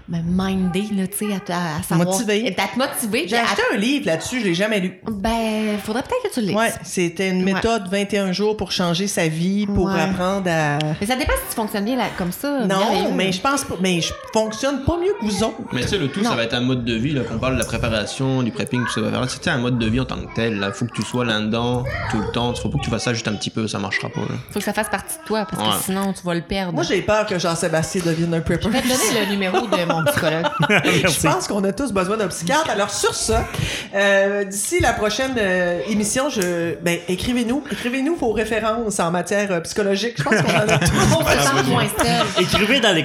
C: ben, minder là, tu sais à, te- à savoir
A: Motiver.
C: à te motiver puis
A: J'ai
C: à-
A: acheté un livre là-dessus, je l'ai jamais lu.
C: ben faudrait peut-être que tu le lises.
A: Ouais, c'était une
C: Ouais.
A: méthode 21 jours pour changer sa vie, pour
C: Ouais.
A: apprendre à.
C: Mais ça dépend si tu fonctionnes bien là, comme ça.
A: Non,
C: merveilleux.
A: mais je pense pas. Mais je fonctionne pas mieux que vous autres.
D: Mais tu sais, le tout,
C: Non.
D: ça va être un mode de vie, là, qu'on parle de la préparation, du prepping, tout ça. Là, C'est tu sais, un mode de vie en tant que tel, là. Faut que tu sois là-dedans tout le temps. Faut pas que tu fasses ça juste un petit peu, ça marchera pas, là.
C: faut que ça fasse partie de toi parce que
D: Ouais.
C: sinon tu vas le perdre.
A: Moi, j'ai peur que Jean-Sébastien devienne un prepper.
C: Je vais te donner le numéro de mon mon psychologue.
A: (laughs) Je
B: (laughs) Merci.
A: pense qu'on a tous besoin d'un psychiatre. Alors sur ça, euh, d'ici la prochaine euh, émission, je ben écrivez-nous, écrivez-nous vos références en matière euh, psychologique. Je pense qu'on en a
B: (laughs)
A: tous.
C: On se sent moins seul.
B: Écrivez dans les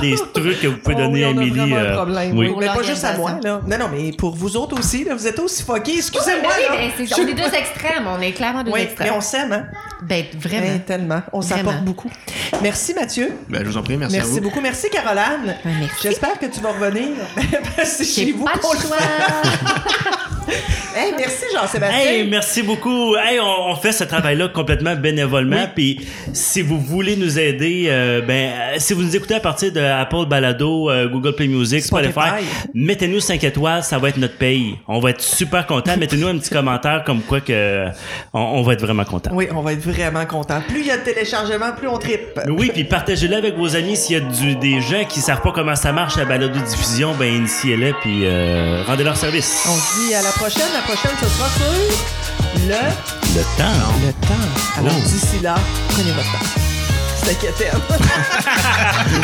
A: (laughs)
B: des trucs que vous pouvez
A: Oh oui,
B: donner à
A: on a
B: Émilie.
A: vraiment un
B: euh,
A: problème.
B: oui.
C: Pour
A: Mais pas juste à
C: l'organisation.
A: moi, là. Non, non, mais pour vous autres aussi, là, vous êtes aussi fuckés. Excusez-moi,
C: Oui,
A: là.
C: ben, c'est-
A: Je-
C: on est deux extrêmes, on est clairement deux
A: Oui, mais
C: extrêmes.
A: on s'aime, hein?
C: Ben,
A: Hein,
C: vraiment.
A: tellement. On s'apporte
C: Vraiment.
A: beaucoup. Merci, Mathieu.
D: Ben, je vous en prie, merci, à
A: Merci
D: vous.
A: beaucoup. Merci, Caroline.
C: Ben, merci.
A: J'espère que tu vas revenir. (laughs) C'est chez
C: J'ai
A: vous
C: pas
A: qu'on
C: le
A: le-
C: choix.
A: Hey, merci, Jean-Sébastien.
B: Hey, merci beaucoup. Hey, on, on fait ce travail-là complètement bénévolement. Puis, si vous voulez nous aider, euh, ben, euh, si vous nous écoutez à partir de Apple Balado, euh, Google Play Music, Spotify,
A: Spotify.
B: mettez-nous 5 étoiles, ça va être notre paye. On va être super content. mettez-nous un petit commentaire comme quoi que euh, on, on va être vraiment content.
A: Oui, on va être vraiment content. Plus il y a de téléchargements, plus on tripe.
B: Oui, puis partagez-le avec vos amis. S'il y a du- des gens qui savent pas comment ça marche la balado diffusion, ben initiez-les puis euh, rendez-leur service.
A: On se dit à la prochaine. La prochaine, ce sera sur le,
B: Le temps.
A: le temps. Alors
B: Oh.
A: d'ici là, prenez votre temps. C'était Keten.